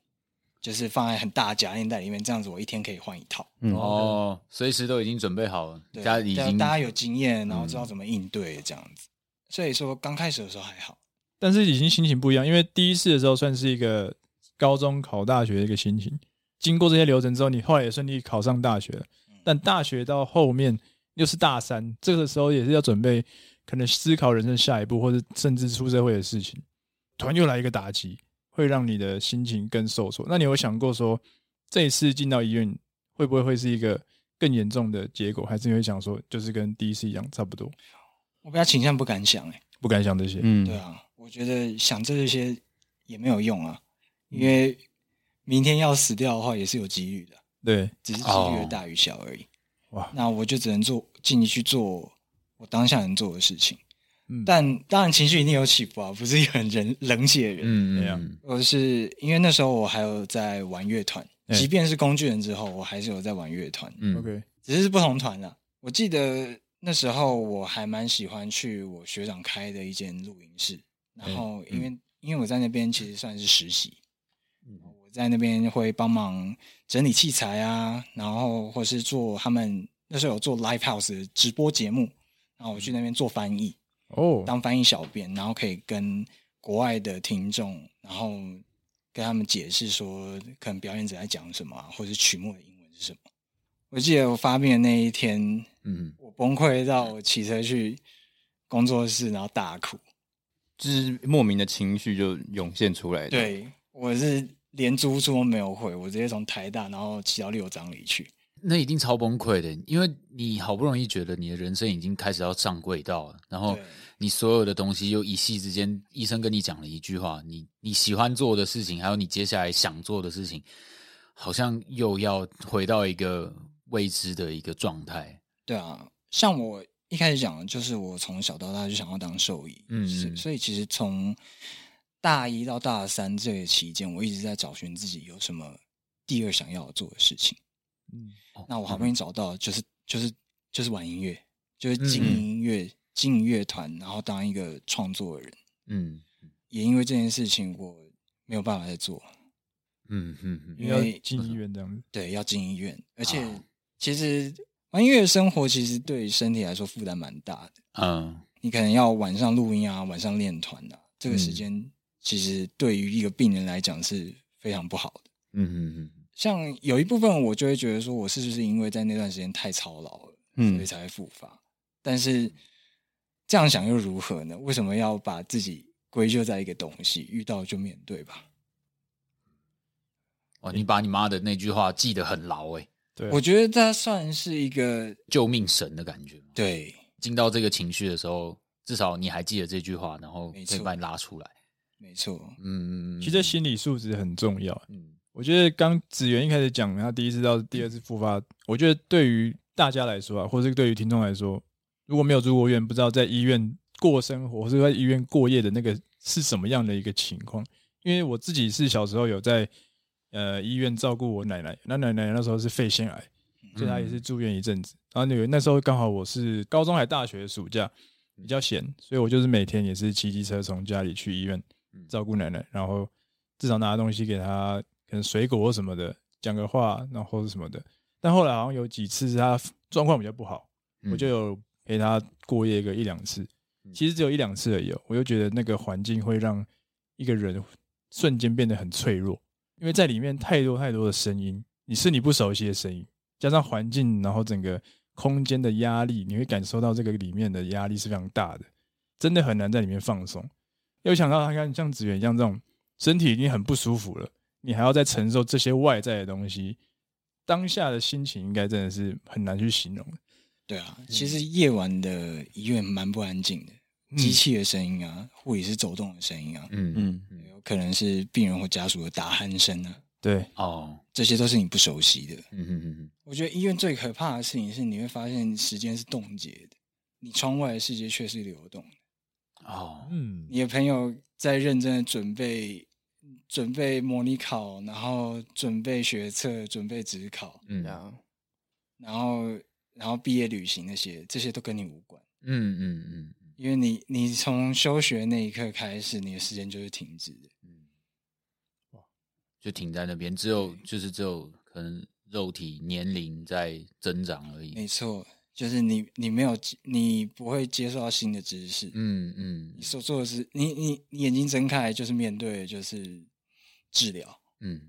Speaker 3: 就是放在很大的夹链袋里面，这样子我一天可以换一套。
Speaker 4: 嗯
Speaker 1: 哦，随时都已经准备好了，
Speaker 3: 对，
Speaker 1: 家里已
Speaker 3: 大
Speaker 1: 经嗯
Speaker 3: 大家有经验，然后知道怎么应对这样子。所以说刚开始的时候还好，
Speaker 2: 但是已经心情不一样，因为第一次的时候算是一个高中考大学的一个心情，经过这些流程之后，你后来也顺利考上大学了。但大学到后面又是大三，这个时候也是要准备可能思考人生下一步，或者甚至出社会的事情，突然又来一个打击，会让你的心情更受挫。那你有想过说，这一次进到医院会不会会是一个更严重的结果，还是你会想说，就是跟第一次一样差不多？
Speaker 3: 我比较倾向不敢想、欸，
Speaker 2: 不敢想这些，
Speaker 4: 嗯
Speaker 3: 对啊，我觉得想这些也没有用啊，
Speaker 1: 嗯
Speaker 3: 因为明天要死掉的话也是有几率的，啊
Speaker 2: 对，
Speaker 3: 只是几率的大与小而已。
Speaker 2: 哇，
Speaker 3: 那我就只能做尽力去做我当下能做的事情。
Speaker 2: 嗯
Speaker 3: 但当然情绪一定有起伏啊，不是一个很冷冷血的人。
Speaker 1: 嗯
Speaker 2: 对啊
Speaker 1: 嗯
Speaker 3: 我是因为那时候我还有在玩乐团，
Speaker 2: 哎
Speaker 3: 即便是工具人之后，我还是有在玩乐团，
Speaker 1: 嗯嗯
Speaker 2: OK，
Speaker 3: 只是不同团了。我记得那时候我还蛮喜欢去我学长开的一间录音室，然后因为、因为我在那边其实算是实习，我在那边会帮忙整理器材啊，然后或是做他们那时候有做 live house 的直播节目，然后我去那边做翻译，
Speaker 2: 哦，
Speaker 3: 当翻译小编，然后可以跟国外的听众，然后跟他们解释说，可能表演者在讲什么、啊，或者曲目的英文是什么。我记得我发病的那一天，
Speaker 1: 嗯，
Speaker 3: 我崩溃到我骑车去工作室，然后大哭。
Speaker 4: 就是莫名的情绪就涌现出来。，
Speaker 3: 对，我是连租屋处都没有回，我直接从台大然后骑到六张里去。
Speaker 1: 那一定超崩溃的，因为你好不容易觉得你的人生已经开始要上轨道了，然后
Speaker 3: 对
Speaker 1: 你所有的东西又一夕之间，医生跟你讲了一句话，你你喜欢做的事情，还有你接下来想做的事情，好像又要回到一个未知的一个状态。
Speaker 3: 对啊，像我一开始讲的，就是我从小到大就想要当兽医，
Speaker 1: 嗯
Speaker 3: 是
Speaker 1: 嗯
Speaker 3: 所以其实从大一到大三这个期间，我一直在找寻自己有什么第二想要做的事情。
Speaker 2: 嗯
Speaker 1: 哦
Speaker 3: 那我好不容易找到，就是就是就是玩音乐，就是
Speaker 1: 嗯
Speaker 3: 经营音乐、经营乐团，然后当一个创作人。
Speaker 1: 嗯
Speaker 3: 也因为这件事情，我没有办法再做，
Speaker 1: 嗯嗯嗯，
Speaker 3: 因
Speaker 2: 要
Speaker 3: 为
Speaker 2: 进医院这样子，
Speaker 3: 对，要进医院，而且
Speaker 1: 啊
Speaker 3: 其实玩音乐的生活其实对身体来说负担蛮大的。
Speaker 1: 嗯
Speaker 3: 你可能要晚上录音啊，晚上练团啊，这个
Speaker 2: 嗯
Speaker 3: 时间其实对于一个病人来讲是非常不好的。
Speaker 1: 嗯嗯嗯，
Speaker 3: 像有一部分我就会觉得说，我是不是因为在那段时间太操劳了，所以
Speaker 4: 嗯，
Speaker 3: 才会复发？但是这样想又如何呢？为什么要把自己归咎在一个东西？遇到就面对吧。
Speaker 1: 哇，你把你妈的那句话记得很牢诶，
Speaker 2: 对啊，
Speaker 3: 我觉得它算是一个
Speaker 1: 救命神的感觉。
Speaker 3: 对，
Speaker 1: 进到这个情绪的时候，至少你还记得这句话，然后可
Speaker 3: 没
Speaker 1: 以
Speaker 3: 错
Speaker 1: 把你拉出来。
Speaker 3: 没错，
Speaker 1: 嗯，
Speaker 2: 其实心理素质很重要。
Speaker 1: 嗯
Speaker 2: 我觉得刚子源一开始讲他第一次到第二次复发，我觉得对于大家来说啊，或是对于听众来说，如果没有住过院，不知道在医院过生活或是在医院过夜的那个是什么样的一个情况。因为我自己是小时候有在呃医院照顾我奶奶，那奶奶那时候是肺腺癌，所以她也是住院一阵子。然后那个那时候刚好我是高中还大学的暑假比较闲，所以我就是每天也是骑机车从家里去医院
Speaker 1: 嗯
Speaker 2: 照顾奶奶，然后至少拿东西给她，可能水果或什么的，讲个话，然后是什么的。但后来好像有几次是她状况比较不好，
Speaker 1: 嗯
Speaker 2: 我就有陪他过夜个一两次，其实只有一两次而已哦、我就觉得那个环境会让一个人瞬间变得很脆弱，因为在里面太多太多的声音，你是你不熟悉的声音，加上环境，然后整个空间的压力，你会感受到这个里面的压力是非常大的，真的很难在里面放松。又想到他看像子源一样这种身体已经很不舒服了，你还要再承受这些外在的东西，当下的心情应该真的是很难去形容的。
Speaker 3: 对啊，其实夜晚的医院蛮不安静的，
Speaker 2: 嗯
Speaker 3: 机器的声音啊，护理师走动的声音啊，
Speaker 1: 嗯嗯
Speaker 4: 嗯，
Speaker 3: 有可能是病人或家属的打鼾声啊，
Speaker 2: 对，
Speaker 1: 哦
Speaker 3: 这些都是你不熟悉的。
Speaker 1: 嗯嗯嗯嗯
Speaker 3: 我觉得医院最可怕的事情是，你会发现时间是冻结的，你窗外的世界却是流动的。
Speaker 1: 哦
Speaker 2: 嗯，
Speaker 3: 你的朋友在认真的准备准备模拟考，然后准备学测，准备职考，
Speaker 1: 嗯
Speaker 4: 对
Speaker 1: 嗯
Speaker 4: 啊，
Speaker 3: 然后然后毕业旅行那些，这些都跟你无关。
Speaker 1: 嗯嗯
Speaker 3: 因为你你从休学那一刻开始，你的时间就是停止的。
Speaker 1: 嗯，就停在那边，只有就是只有可能肉体年龄在增长而
Speaker 3: 没
Speaker 1: 已。
Speaker 3: 错，就是你你没有你不会接受到新的知识，
Speaker 1: 嗯嗯
Speaker 3: 你所做的是你你你眼睛睁开就是面对的就是治疗。
Speaker 1: 嗯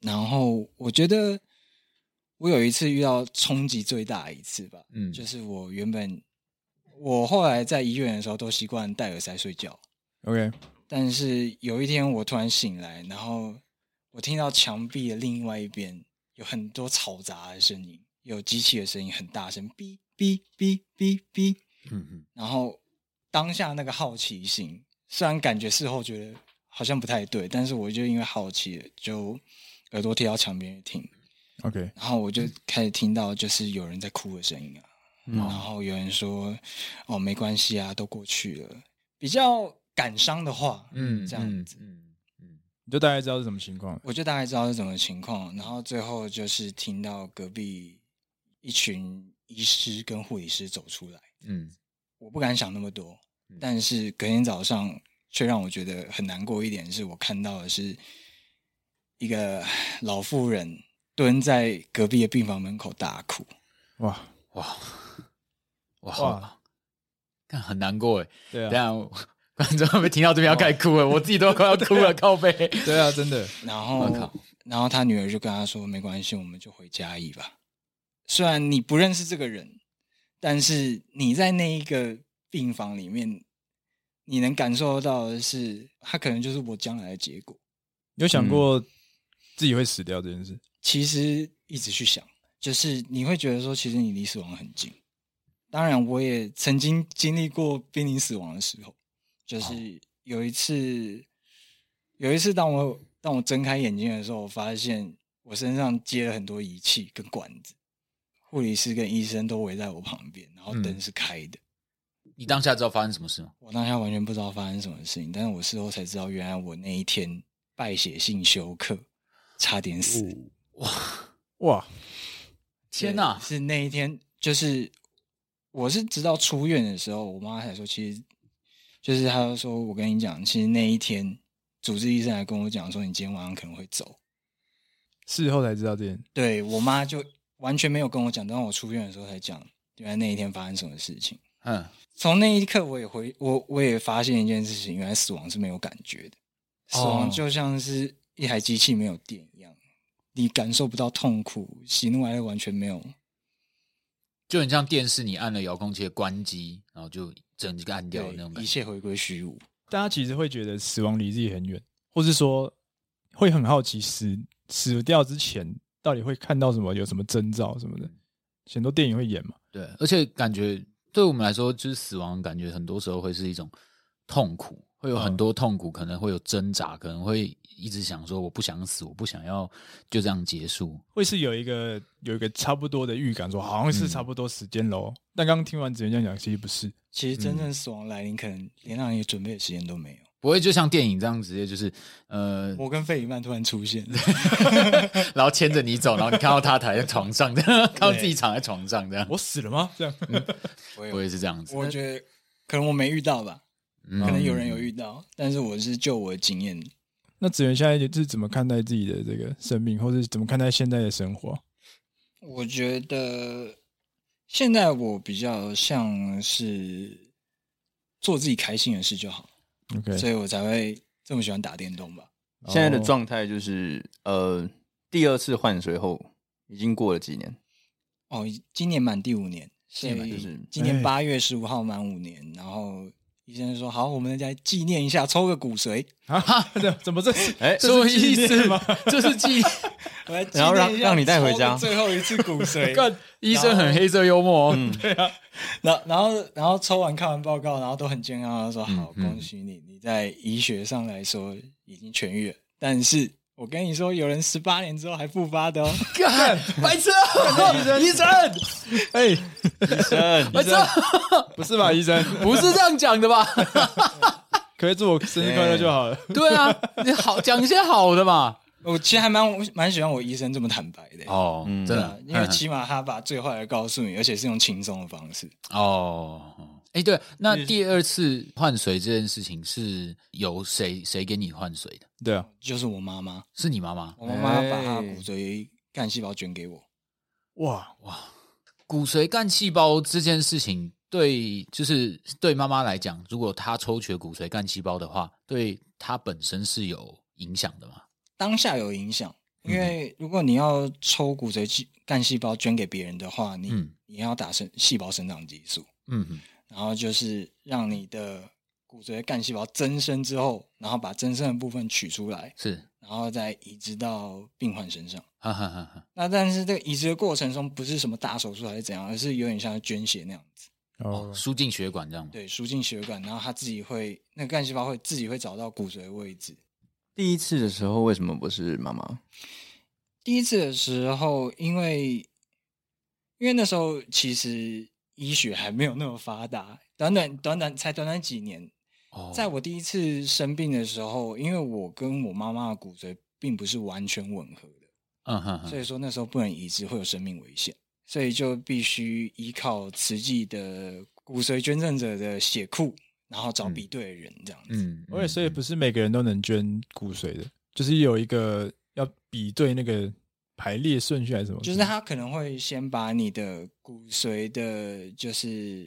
Speaker 3: 然后我觉得我有一次遇到冲击最大的一次吧，
Speaker 1: 嗯，
Speaker 3: 就是我原本我后来在医院的时候都习惯戴耳塞睡觉，
Speaker 2: OK，
Speaker 3: 但是有一天我突然醒来，然后我听到墙壁的另外一边有很多嘈杂的声音，有机器的声音很大声，哔哔哔哔哔。
Speaker 1: 嗯嗯
Speaker 3: 然后当下那个好奇心，虽然感觉事后觉得好像不太对，但是我就因为好奇了，就耳朵贴到墙边听，
Speaker 2: OK，
Speaker 3: 然后我
Speaker 1: 嗯
Speaker 3: 就开始听到就是有人在哭的声音啊。然
Speaker 4: 嗯
Speaker 3: 后有人说：“哦，没关系啊，都过去了。”比较感伤的话，
Speaker 1: 嗯，
Speaker 3: 这样子，
Speaker 1: 嗯嗯
Speaker 2: 你就大概知道是什么情况了。
Speaker 3: 我就大概知道是什么情况。然后最后就是听到隔壁一群医师跟护理师走出来，
Speaker 1: 嗯
Speaker 3: 我不敢想那么多
Speaker 1: 嗯，
Speaker 3: 但是隔天早上却让我觉得很难过一点，是我看到的是一个老妇人蹲在隔壁的病房门口大哭。
Speaker 2: 哇，
Speaker 1: 哇哇，
Speaker 2: 哇
Speaker 1: 好看很难过哎。
Speaker 2: 对
Speaker 1: 等一
Speaker 2: 啊，
Speaker 1: 下我观众会不会听到这边要开始哭了？我自己都快要哭 了，靠背。
Speaker 2: 对啊，真的，
Speaker 3: 然后，然后他女儿就跟他说：“没关系，我们就回嘉义吧。虽然你不认识这个人，但是你在那一个病房里面，你能感受到的是，他可能就是我将来的结果。
Speaker 2: 有想过自己会死掉这件事？
Speaker 3: 其实一直去想，就是你会觉得说，其实你离死亡很近。当然，我也曾经经历过濒临死亡的时候，就是有一次，有一次当我当我睁开眼睛的时候，我发现我身上接了很多仪器跟管子，护理师跟医生都围在我旁边，然后灯
Speaker 1: 嗯
Speaker 3: 是开的。
Speaker 1: 你当下知道发生什么事吗？
Speaker 3: 我当下完全不知道发生什么事情，但是我事后才知道，原来我那一天败血性休克，差点死。
Speaker 2: 哇，
Speaker 1: 天哪、
Speaker 3: 对是那一天，就是我是直到出院的时候，我妈才说，其实就是她就说，我跟你讲，其实那一天，主治医生来跟我讲说，你今天晚上可能会走。
Speaker 2: 事后才知道这件，
Speaker 3: 对我妈就完全没有跟我讲，当我出院的时候才讲，原来那一天发生什么事情。
Speaker 1: 嗯，
Speaker 3: 从那一刻，我也回我我也发现一件事情，原来死亡是没有感觉的，死
Speaker 2: 哦
Speaker 3: 亡就像是一台机器没有电一样，你感受不到痛苦，喜怒哀乐完全没有。
Speaker 1: 就很像电视，你按了遥控器的关机，然后就整个按掉的
Speaker 3: 对
Speaker 1: 那种，感
Speaker 3: 一
Speaker 1: 觉。
Speaker 3: 切回归虚无。
Speaker 2: 大家其实会觉得死亡离自己很远，或是说会很好奇死死掉之前到底会看到什么，有什么征兆什么的。很多电影会演嘛，
Speaker 1: 对，而且感觉对我们来说，就是死亡，感觉很多时候会是一种痛苦，会有很多痛苦，可能会有挣扎，可能会一直想说我不想死，我不想要就这样结束。
Speaker 2: 会是有一个有一个差不多的预感，说好像是差不多时间喽。但刚刚听完子源这样讲，其实不是，
Speaker 3: 其实真正死亡来临，可能连让你准备的时间都没有。
Speaker 1: 不会就像电影这样直接就是，呃，
Speaker 3: 我跟费里曼突然出现，
Speaker 1: 然后牵着你走，然后你看到他躺在床上，这 样 看到自己躺在床上这样，
Speaker 2: 我死了吗？这样
Speaker 1: 不会是这样子。
Speaker 3: 我觉得可能我没遇到吧，
Speaker 1: 嗯
Speaker 3: 可能有人有遇到，但是我是就我的经验，
Speaker 2: 那子源现在是怎么看待自己的这个生命，或是怎么看待现在的生活？
Speaker 3: 我觉得现在我比较像是做自己开心的事就好，
Speaker 2: OK，
Speaker 3: 所以我才会这么喜欢打电动吧。
Speaker 2: 哦
Speaker 4: 现在的状态就是，呃，第二次换水后已经过了几年，
Speaker 3: 哦，今年满第五年，所
Speaker 4: 今年满就
Speaker 3: 以
Speaker 4: 是
Speaker 3: 今年八月十五号满五年，然后医生说好，我们来纪念一下，抽个骨髓。
Speaker 2: 啊，这 怎么这是
Speaker 4: 哎
Speaker 2: 这是
Speaker 1: 什么意
Speaker 2: 纪念
Speaker 1: 思
Speaker 2: 吗？
Speaker 1: 这是记。
Speaker 3: 我来纪
Speaker 4: 然后让
Speaker 3: 念一下
Speaker 4: 让你带回
Speaker 3: 抽
Speaker 4: 家
Speaker 3: 的最后一次骨 髓
Speaker 1: 干医生很黑色幽默哦，
Speaker 3: 嗯然后然后然后抽完看完报告，然后都很健康，他说好，
Speaker 1: 嗯嗯
Speaker 3: 恭喜你，你在医学上来说已经痊愈了。但是我跟你说，有人十八年之后还复发的哦。
Speaker 1: 干 白痴哦，医生，
Speaker 2: 哎，
Speaker 4: 哎
Speaker 1: 白痴哦，
Speaker 2: 不是吧，医生？
Speaker 1: 不是这样讲的吧？
Speaker 2: 可不可以祝我生日快乐就好了。
Speaker 1: 对啊，你好讲一些好的嘛。
Speaker 3: 我其实还蛮蛮喜欢我医生这么坦白的。
Speaker 1: 哦，
Speaker 4: 嗯
Speaker 1: 真
Speaker 3: 对
Speaker 1: 的
Speaker 3: 啊，，因为起码他把最坏的告诉你，而且是用轻松的方式。
Speaker 1: 哦，哎，对，那第二次换水这件事情是由谁谁给你换水的？
Speaker 2: 对啊，
Speaker 3: 就是我妈妈，
Speaker 1: 是你妈妈？
Speaker 3: 我妈妈把她的
Speaker 1: 哎
Speaker 3: 骨髓干细胞捐给我。
Speaker 2: 哇，
Speaker 1: 骨髓干细胞这件事情，对，就是对妈妈来讲，如果她抽取骨髓干细胞的话，对她本身是有影响的嘛？
Speaker 3: 当下有影响，因
Speaker 1: 嗯
Speaker 3: 为如果你要抽骨髓细干细胞捐给别人的话，你、
Speaker 1: 嗯
Speaker 3: 你要打生细胞生长激素，
Speaker 1: 嗯哼，
Speaker 3: 然后就是让你的骨髓干细胞增生之后，然后把增生的部分取出来，
Speaker 1: 是，
Speaker 3: 然后再移植到病患身上。
Speaker 1: 哈哈哈哈。
Speaker 3: 那但是这个移植的过程中不是什么大手术还是怎样，而是有点像捐血那样子，
Speaker 2: 哦
Speaker 1: 哦，，输进血管这样吗？
Speaker 3: 对，输进血管，然后它自己会那个干细胞会自己会找到骨髓的位置，
Speaker 4: 第一次的时候为什么不是妈妈？
Speaker 3: 第一次的时候，因为因为那时候其实医学还没有那么发达，短短短短才短短几年，
Speaker 1: 哦，
Speaker 3: 在我第一次生病的时候，因为我跟我妈妈的骨髓并不是完全吻合的，
Speaker 1: 嗯哼
Speaker 3: 所
Speaker 1: 哼，
Speaker 3: 以说那时候不能移植会有生命危险，所以就必须依靠慈济的骨髓捐赠者的血库，然后找比对的人这样子。
Speaker 1: 嗯，
Speaker 2: 而且所以
Speaker 1: 嗯
Speaker 2: 不是每个人都能捐骨髓的，就是有一个要比对那个排列顺序还是什么？
Speaker 3: 就是他可能会先把你的骨髓的，就是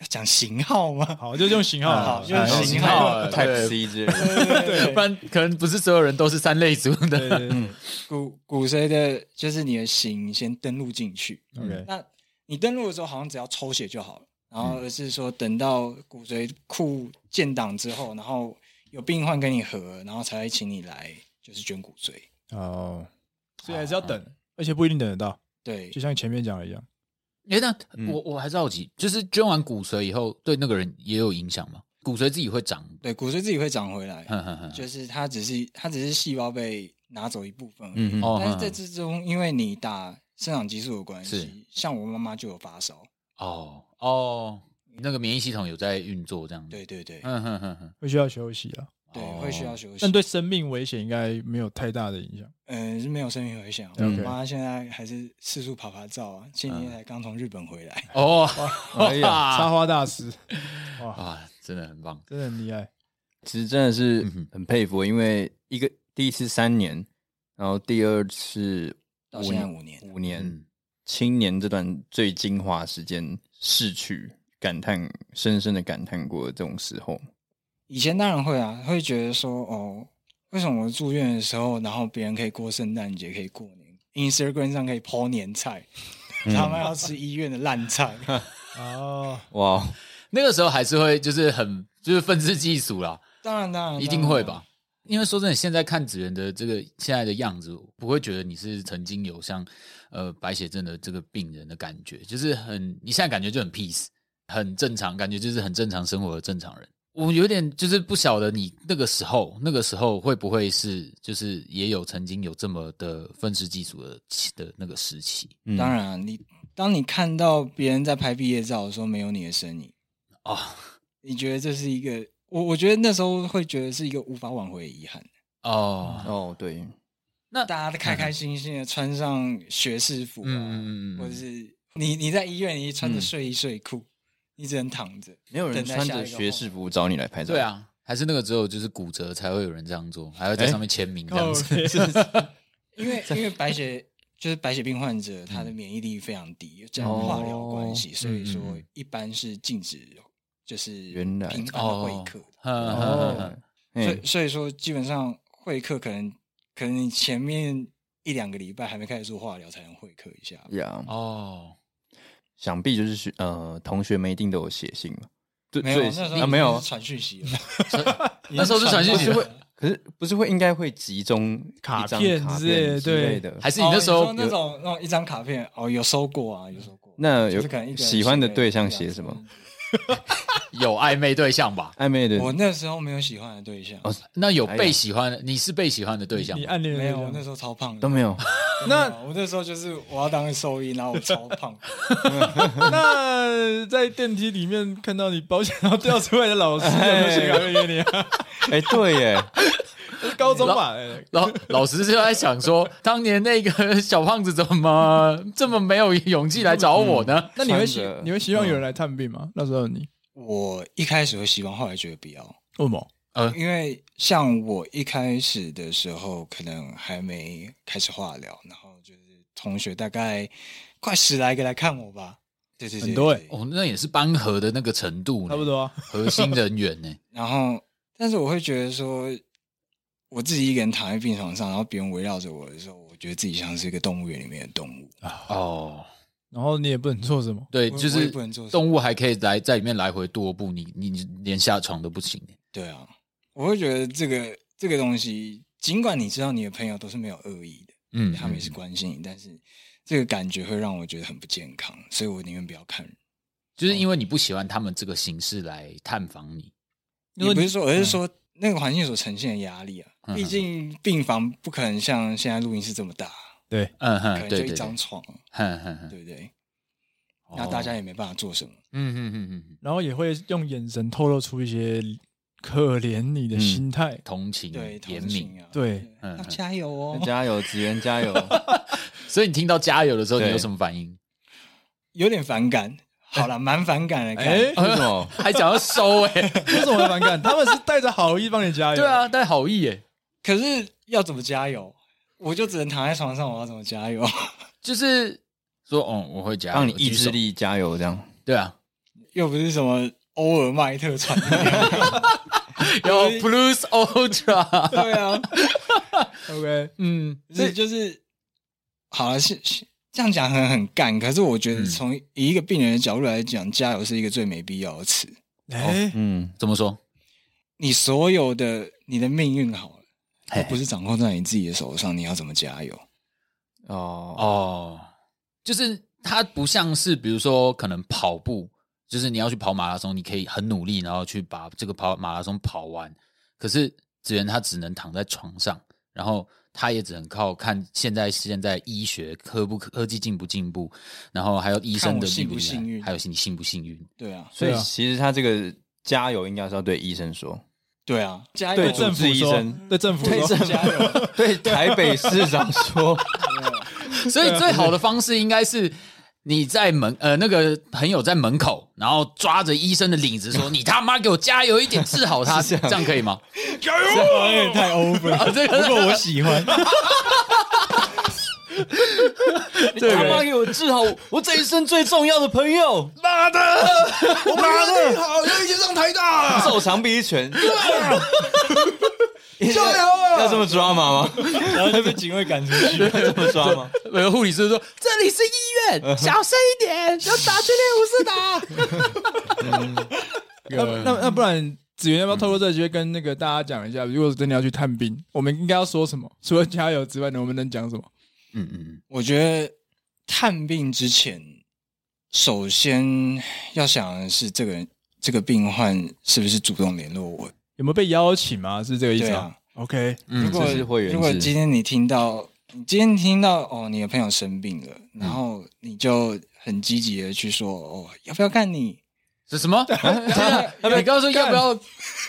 Speaker 3: 要讲型号吗？
Speaker 2: 好，就用型号
Speaker 3: 啊
Speaker 2: 好了，
Speaker 3: 用
Speaker 2: 哎
Speaker 3: 型号
Speaker 1: 对
Speaker 4: Type C 之类的。
Speaker 1: 不然可能不是所有人都是三类族
Speaker 2: 对
Speaker 1: 的。
Speaker 2: 对
Speaker 3: 嗯
Speaker 2: 对
Speaker 3: 骨骨髓的，就是你的型先登录进去。
Speaker 2: ，OK，
Speaker 3: 那你登录的时候好像只要抽血就好了，然后而是说等到骨髓库建档之后，然后有病患跟你合，然后才会请你来就是捐骨髓。
Speaker 2: 哦，所以还是要等，而且不一定等得到，
Speaker 3: 对
Speaker 2: 就，像前面讲的一样，
Speaker 1: 哎，那
Speaker 4: 嗯
Speaker 1: 我我还是好奇，就是捐完骨髓以后，对那个人也有影响吗？骨髓自己会长？
Speaker 3: 对，骨髓自己会长回来，
Speaker 1: 哼哼哼
Speaker 3: 就是它只是它只是细胞被拿走一部分而已。
Speaker 4: 嗯嗯，
Speaker 1: 哦
Speaker 3: 但是
Speaker 1: 哼
Speaker 3: 在之中，因为你打生长激素的关
Speaker 1: 是
Speaker 3: 系，像我妈妈就有发烧。
Speaker 1: 哦哦，那个免疫系统有在运作这样子。
Speaker 3: 对对对、
Speaker 1: 嗯哼哼哼，
Speaker 2: 会需要休息啊，
Speaker 3: 对
Speaker 1: 哦，
Speaker 3: 会需要休息。
Speaker 2: 但对生命危险应该没有太大的影响。
Speaker 3: 嗯、是没有生命危险啊。我
Speaker 2: OK
Speaker 3: 妈现在还是四处爬爬照啊，前年才刚从日本回来。
Speaker 1: 哦，
Speaker 4: 哎呀，
Speaker 2: 插花大师，哇，
Speaker 1: 啊，真的很棒。
Speaker 2: 真的很厉害，
Speaker 4: 其实真的是
Speaker 1: 嗯哼
Speaker 4: 很佩服，因为一个第一次三年，然后第二次
Speaker 3: 到现在五年
Speaker 4: 五年
Speaker 1: 嗯，
Speaker 4: 青年这段最精华时间逝去，感叹深深的感叹过这种时候。
Speaker 3: 以前当然会啊，会觉得说哦，为什么我住院的时候，然后别人可以过圣诞节，可以过年，Instagram 上可以 po 年菜，
Speaker 1: 嗯
Speaker 3: 他们要吃医院的 烂菜。
Speaker 2: 哦，
Speaker 4: 哇，
Speaker 1: 那个时候还是会就是很就是愤世嫉俗啦，
Speaker 3: 当然当然，
Speaker 1: 一定会吧。因为说真的，现在看子源的这个现在的样子，不会觉得你是曾经有像呃白血症的这个病人的感觉，就是很你现在感觉就很 peace，很正常，感觉就是很正常生活的正常人。我有点就是不晓得你那个时候，那个时候会不会是就是也有曾经有这么的愤世嫉俗的的那个时期
Speaker 4: 嗯
Speaker 3: 当然啊、你当你看到别人在拍毕业照的时候没有你的身影，
Speaker 1: 哦，
Speaker 3: 你觉得这是一个我我觉得那时候会觉得是一个无法挽回的遗憾。
Speaker 1: 哦，
Speaker 4: 哦，对，
Speaker 1: 啊
Speaker 3: 大家都开开心心的穿上学士服啊，
Speaker 1: 嗯嗯嗯嗯嗯嗯嗯
Speaker 3: 或者是你你在医院你穿着睡衣睡裤，你只能躺着，
Speaker 4: 没有人
Speaker 3: 等待
Speaker 4: 穿
Speaker 3: 下
Speaker 4: 着
Speaker 3: 一个
Speaker 4: 学
Speaker 3: 话
Speaker 4: 士服找你来拍照，
Speaker 1: 对，啊，还是那个只有就是骨折才会有人这样做，还会在上面签名这样子。
Speaker 2: OK
Speaker 3: 因为因为白血就是白血病患者，他的免疫力非常低，这样化疗关系，所以说
Speaker 1: 嗯嗯
Speaker 3: 一般是禁止就是
Speaker 4: 原来
Speaker 3: 频繁的会
Speaker 1: 哦
Speaker 3: 客的，
Speaker 1: 哼哼哼
Speaker 4: 哦
Speaker 1: 哼，
Speaker 4: 嘿
Speaker 3: 嗯所以所以说基本上会客可能可能你前面一两个礼拜还没开始做化疗才能会客一下，
Speaker 4: 呀，
Speaker 1: 哦，
Speaker 4: 想必就是学呃，同学们一定都有写信嘛，对，
Speaker 3: 没有
Speaker 4: 最
Speaker 3: 那时候
Speaker 4: 啊没
Speaker 3: 已经
Speaker 4: 有
Speaker 3: 是，传讯息了，
Speaker 1: 那时候是传讯息
Speaker 3: 已经
Speaker 1: 的
Speaker 3: 传了
Speaker 4: 可是不是会应该会集中一
Speaker 2: 卡
Speaker 4: 张
Speaker 2: 片
Speaker 4: 卡
Speaker 2: 之类
Speaker 4: 片之
Speaker 2: 对
Speaker 4: 类的，
Speaker 1: 还是你那时
Speaker 3: 哦
Speaker 1: 候
Speaker 3: 说那种那种一张卡片哦，有收过啊，有收过。
Speaker 4: 那
Speaker 3: 就
Speaker 4: 有
Speaker 3: 是可能一个人
Speaker 4: 喜欢的
Speaker 3: 写啊
Speaker 4: 对象写什么？
Speaker 1: 有暧昧对象吧？
Speaker 4: 暧昧的
Speaker 3: 我那时候没有喜欢的对象，
Speaker 4: 哦
Speaker 1: 那有被喜欢的，你是被喜欢的对象
Speaker 2: 你
Speaker 1: 吗？
Speaker 2: 暗恋的
Speaker 3: 没
Speaker 2: 对
Speaker 3: 有，
Speaker 2: 象
Speaker 3: 我那时候超胖
Speaker 4: 都
Speaker 3: 的。
Speaker 4: 没有。
Speaker 3: 那我那时候就是我要当兽医，然后我超胖，
Speaker 2: 那在电梯里面看到你保险套掉出来的 老师，有没有写卡片给你 啊？
Speaker 4: 哎，对耶，
Speaker 2: 高中吧，哎
Speaker 1: 然后老师就在想说，当年那个小胖子怎么 这么没有勇气来找我呢？
Speaker 2: 那你会希
Speaker 4: 穿着
Speaker 2: 你会希望有人来探病吗？那时候你
Speaker 3: 我一开始会喜欢，后来觉得不要，
Speaker 2: 为什么？
Speaker 3: 因为像我一开始的时候，可能还没开始化疗，然后就是同学大概快十来个来看我吧，对对对，
Speaker 2: 很多
Speaker 3: 对
Speaker 1: 哦，那也是班合的那个程度呢，
Speaker 2: 差不多啊，
Speaker 1: 核心人员呢。
Speaker 3: 然后，但是我会觉得说，我自己一个人躺在病床上，然后别人围绕着我的时候，我觉得自己像是一个动物园里面的动物，
Speaker 1: 哦，
Speaker 2: 然后你也不能做什么，
Speaker 1: 对，
Speaker 3: 我
Speaker 1: 就
Speaker 3: 我
Speaker 1: 是
Speaker 3: 也不能做什么
Speaker 1: 动物还可以来在里面来回踱步，你你你连下床都不行。
Speaker 3: 对啊，我会觉得这个这个东西，尽管你知道你的朋友都是没有恶意的，
Speaker 1: 嗯，
Speaker 3: 他们也是关心你，但是这个感觉会让我觉得很不健康，所以我宁愿不要看人。哦
Speaker 1: 就是因为你不喜欢他们这个形式来探访你。
Speaker 2: 因
Speaker 3: 也
Speaker 2: 为
Speaker 3: 不是说，
Speaker 1: 嗯
Speaker 3: 而是说那个环境所呈现的压力啊，毕竟病房不可能像现在录音室这么大，
Speaker 2: 对，
Speaker 1: 嗯
Speaker 3: 可
Speaker 1: 哼，
Speaker 3: 能
Speaker 1: 对
Speaker 3: 就
Speaker 1: 对对，嗯
Speaker 3: 一
Speaker 1: 哦
Speaker 3: 张床，
Speaker 1: 哼哼哼，
Speaker 3: 对不对？那大家也没办法做什么。
Speaker 1: 嗯嗯嗯嗯，
Speaker 2: 然后也会用眼神透露出一些可怜你的心态。
Speaker 1: 同情、
Speaker 3: 对，
Speaker 1: 怜
Speaker 3: 同
Speaker 1: 悯。
Speaker 3: 情啊，
Speaker 2: 对，
Speaker 1: 嗯
Speaker 3: 要
Speaker 1: 嗯
Speaker 3: 加油哦！
Speaker 4: 加油，子源加油！
Speaker 1: 所以你听到加油的时候，你
Speaker 4: 对
Speaker 1: 有什么反应？
Speaker 3: 有点反感，好了，蛮反感的。看
Speaker 2: 哎，
Speaker 4: 为什么？
Speaker 1: 还想要收啊哎、
Speaker 2: 为什么会反感？他们是带着好意帮你加油。
Speaker 1: 对，啊，但好意哎、
Speaker 3: 可是要怎么加油？我就只能躺在床上，我要怎么加油？
Speaker 1: 就是说，哦，我会加油，
Speaker 4: 让你意
Speaker 1: 举
Speaker 4: 志
Speaker 1: 手，
Speaker 4: 力加油，这样。
Speaker 1: 对 啊，
Speaker 3: 又不是什么欧尔麦特传的，
Speaker 1: 有 Plus Ultra，
Speaker 3: 对啊，
Speaker 2: OK，
Speaker 1: 嗯，
Speaker 3: 就是就是，好了，是是这样讲很很干，可是我觉得
Speaker 1: 嗯
Speaker 3: 从以一个病人的角度来讲，加油是一个最没必要的词。
Speaker 2: 哎、
Speaker 4: 嗯，
Speaker 1: 怎么说？
Speaker 3: 你所有的你的命运好了，
Speaker 1: 嘿
Speaker 3: 都不是掌控在你自己的手上，你要怎么加油？
Speaker 4: 哦，
Speaker 1: 哦，就是它不像是比如说可能跑步，就是你要去跑马拉松，你可以很努力，然后去把这个跑马拉松跑完。可是子源他只能躺在床上，然后他也只能靠看现在现在医学科不科技进不进步，然后还有医生的厉厉害
Speaker 3: 看我幸不幸运
Speaker 1: 还有你幸不幸 运。
Speaker 3: 对啊，
Speaker 4: 所以
Speaker 2: 对啊
Speaker 4: 其实他这个加油应该是要对医生说，
Speaker 3: 对啊，加油
Speaker 2: 哎对
Speaker 4: 主
Speaker 2: 政府
Speaker 4: 治医
Speaker 2: 说
Speaker 4: 生，
Speaker 2: 对政府说，
Speaker 3: 加 油！
Speaker 4: 对台北市长说，
Speaker 1: 所以最好的方式应该是你在门呃那个朋友在门口，然后抓着医生的领子 说：“你他妈给我加油一点，治好他。”这样可以吗？
Speaker 2: 哎
Speaker 3: 有 点太 over 了。
Speaker 1: 啊，这个
Speaker 2: 不过我喜 欢，
Speaker 4: 你他妈给我治好我这一生最重要的朋友，
Speaker 1: 妈的，我妈的，好，要一起上台大了。
Speaker 4: 揍长臂一拳， 加油！要这么抓马吗？
Speaker 2: 然后就被警卫赶出去。
Speaker 4: 要这么抓吗？
Speaker 1: 然后护理师说：“这里是医院，小声一点，要打全力武士 嗯
Speaker 2: 那那那不然，子源要不要透过这个机会跟那个大家讲一下，如果真的要去探病，我们应该要说什么？除了加油之外呢，我们能讲什么？
Speaker 1: 嗯嗯，
Speaker 3: 我觉得探病之前，首先要想的是这个人这个病患是不是主动联络我。
Speaker 2: 有没有被邀请吗？是这个意思
Speaker 3: 对
Speaker 2: 吗
Speaker 3: 啊
Speaker 2: ？OK，
Speaker 1: 嗯
Speaker 3: 如果
Speaker 4: 这是会员制
Speaker 3: 如果今天你听到，你今天听到哦，你的朋友生病了，
Speaker 4: 嗯
Speaker 3: 然后你就很积极的去说哦，要不要看你？
Speaker 1: 是什 么？你刚刚说要不要？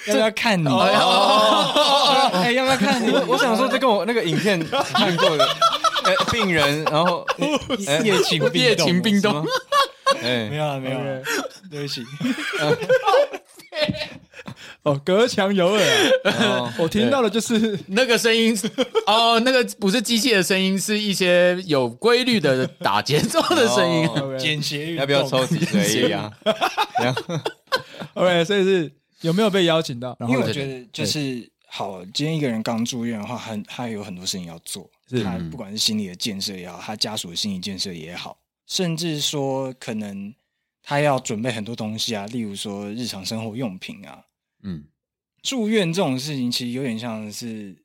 Speaker 3: 要不要看你？ 哎，要不要看你？
Speaker 4: 哦我我想说，这跟我那个影片看过的，呃，病人，然后哎
Speaker 3: 夜情病，
Speaker 1: 夜情病
Speaker 4: 什
Speaker 1: 动
Speaker 4: 么？哎
Speaker 3: 没有啊了，没有了
Speaker 2: OK，
Speaker 3: 对不起。
Speaker 2: 哦，隔墙有耳，
Speaker 4: 哦
Speaker 2: 我听到的就是
Speaker 1: 那个声音哦，那个不是机器的声音，是一些有规律的打节奏的声音。
Speaker 4: 哦
Speaker 3: 简谐运动
Speaker 4: 要不要抽？脊髓呀？
Speaker 2: OK，所以是有没有被邀请到？然
Speaker 3: 因
Speaker 2: 后
Speaker 3: 为我觉得就是好，今天一个人刚住院的话，很他有很多事情要做，
Speaker 2: 是
Speaker 3: 他不管是心理的建设也好，他家属的心理建设也好，甚至说可能他要准备很多东西啊，例如说日常生活用品啊。
Speaker 1: 嗯，
Speaker 3: 住院这种事情其实有点像是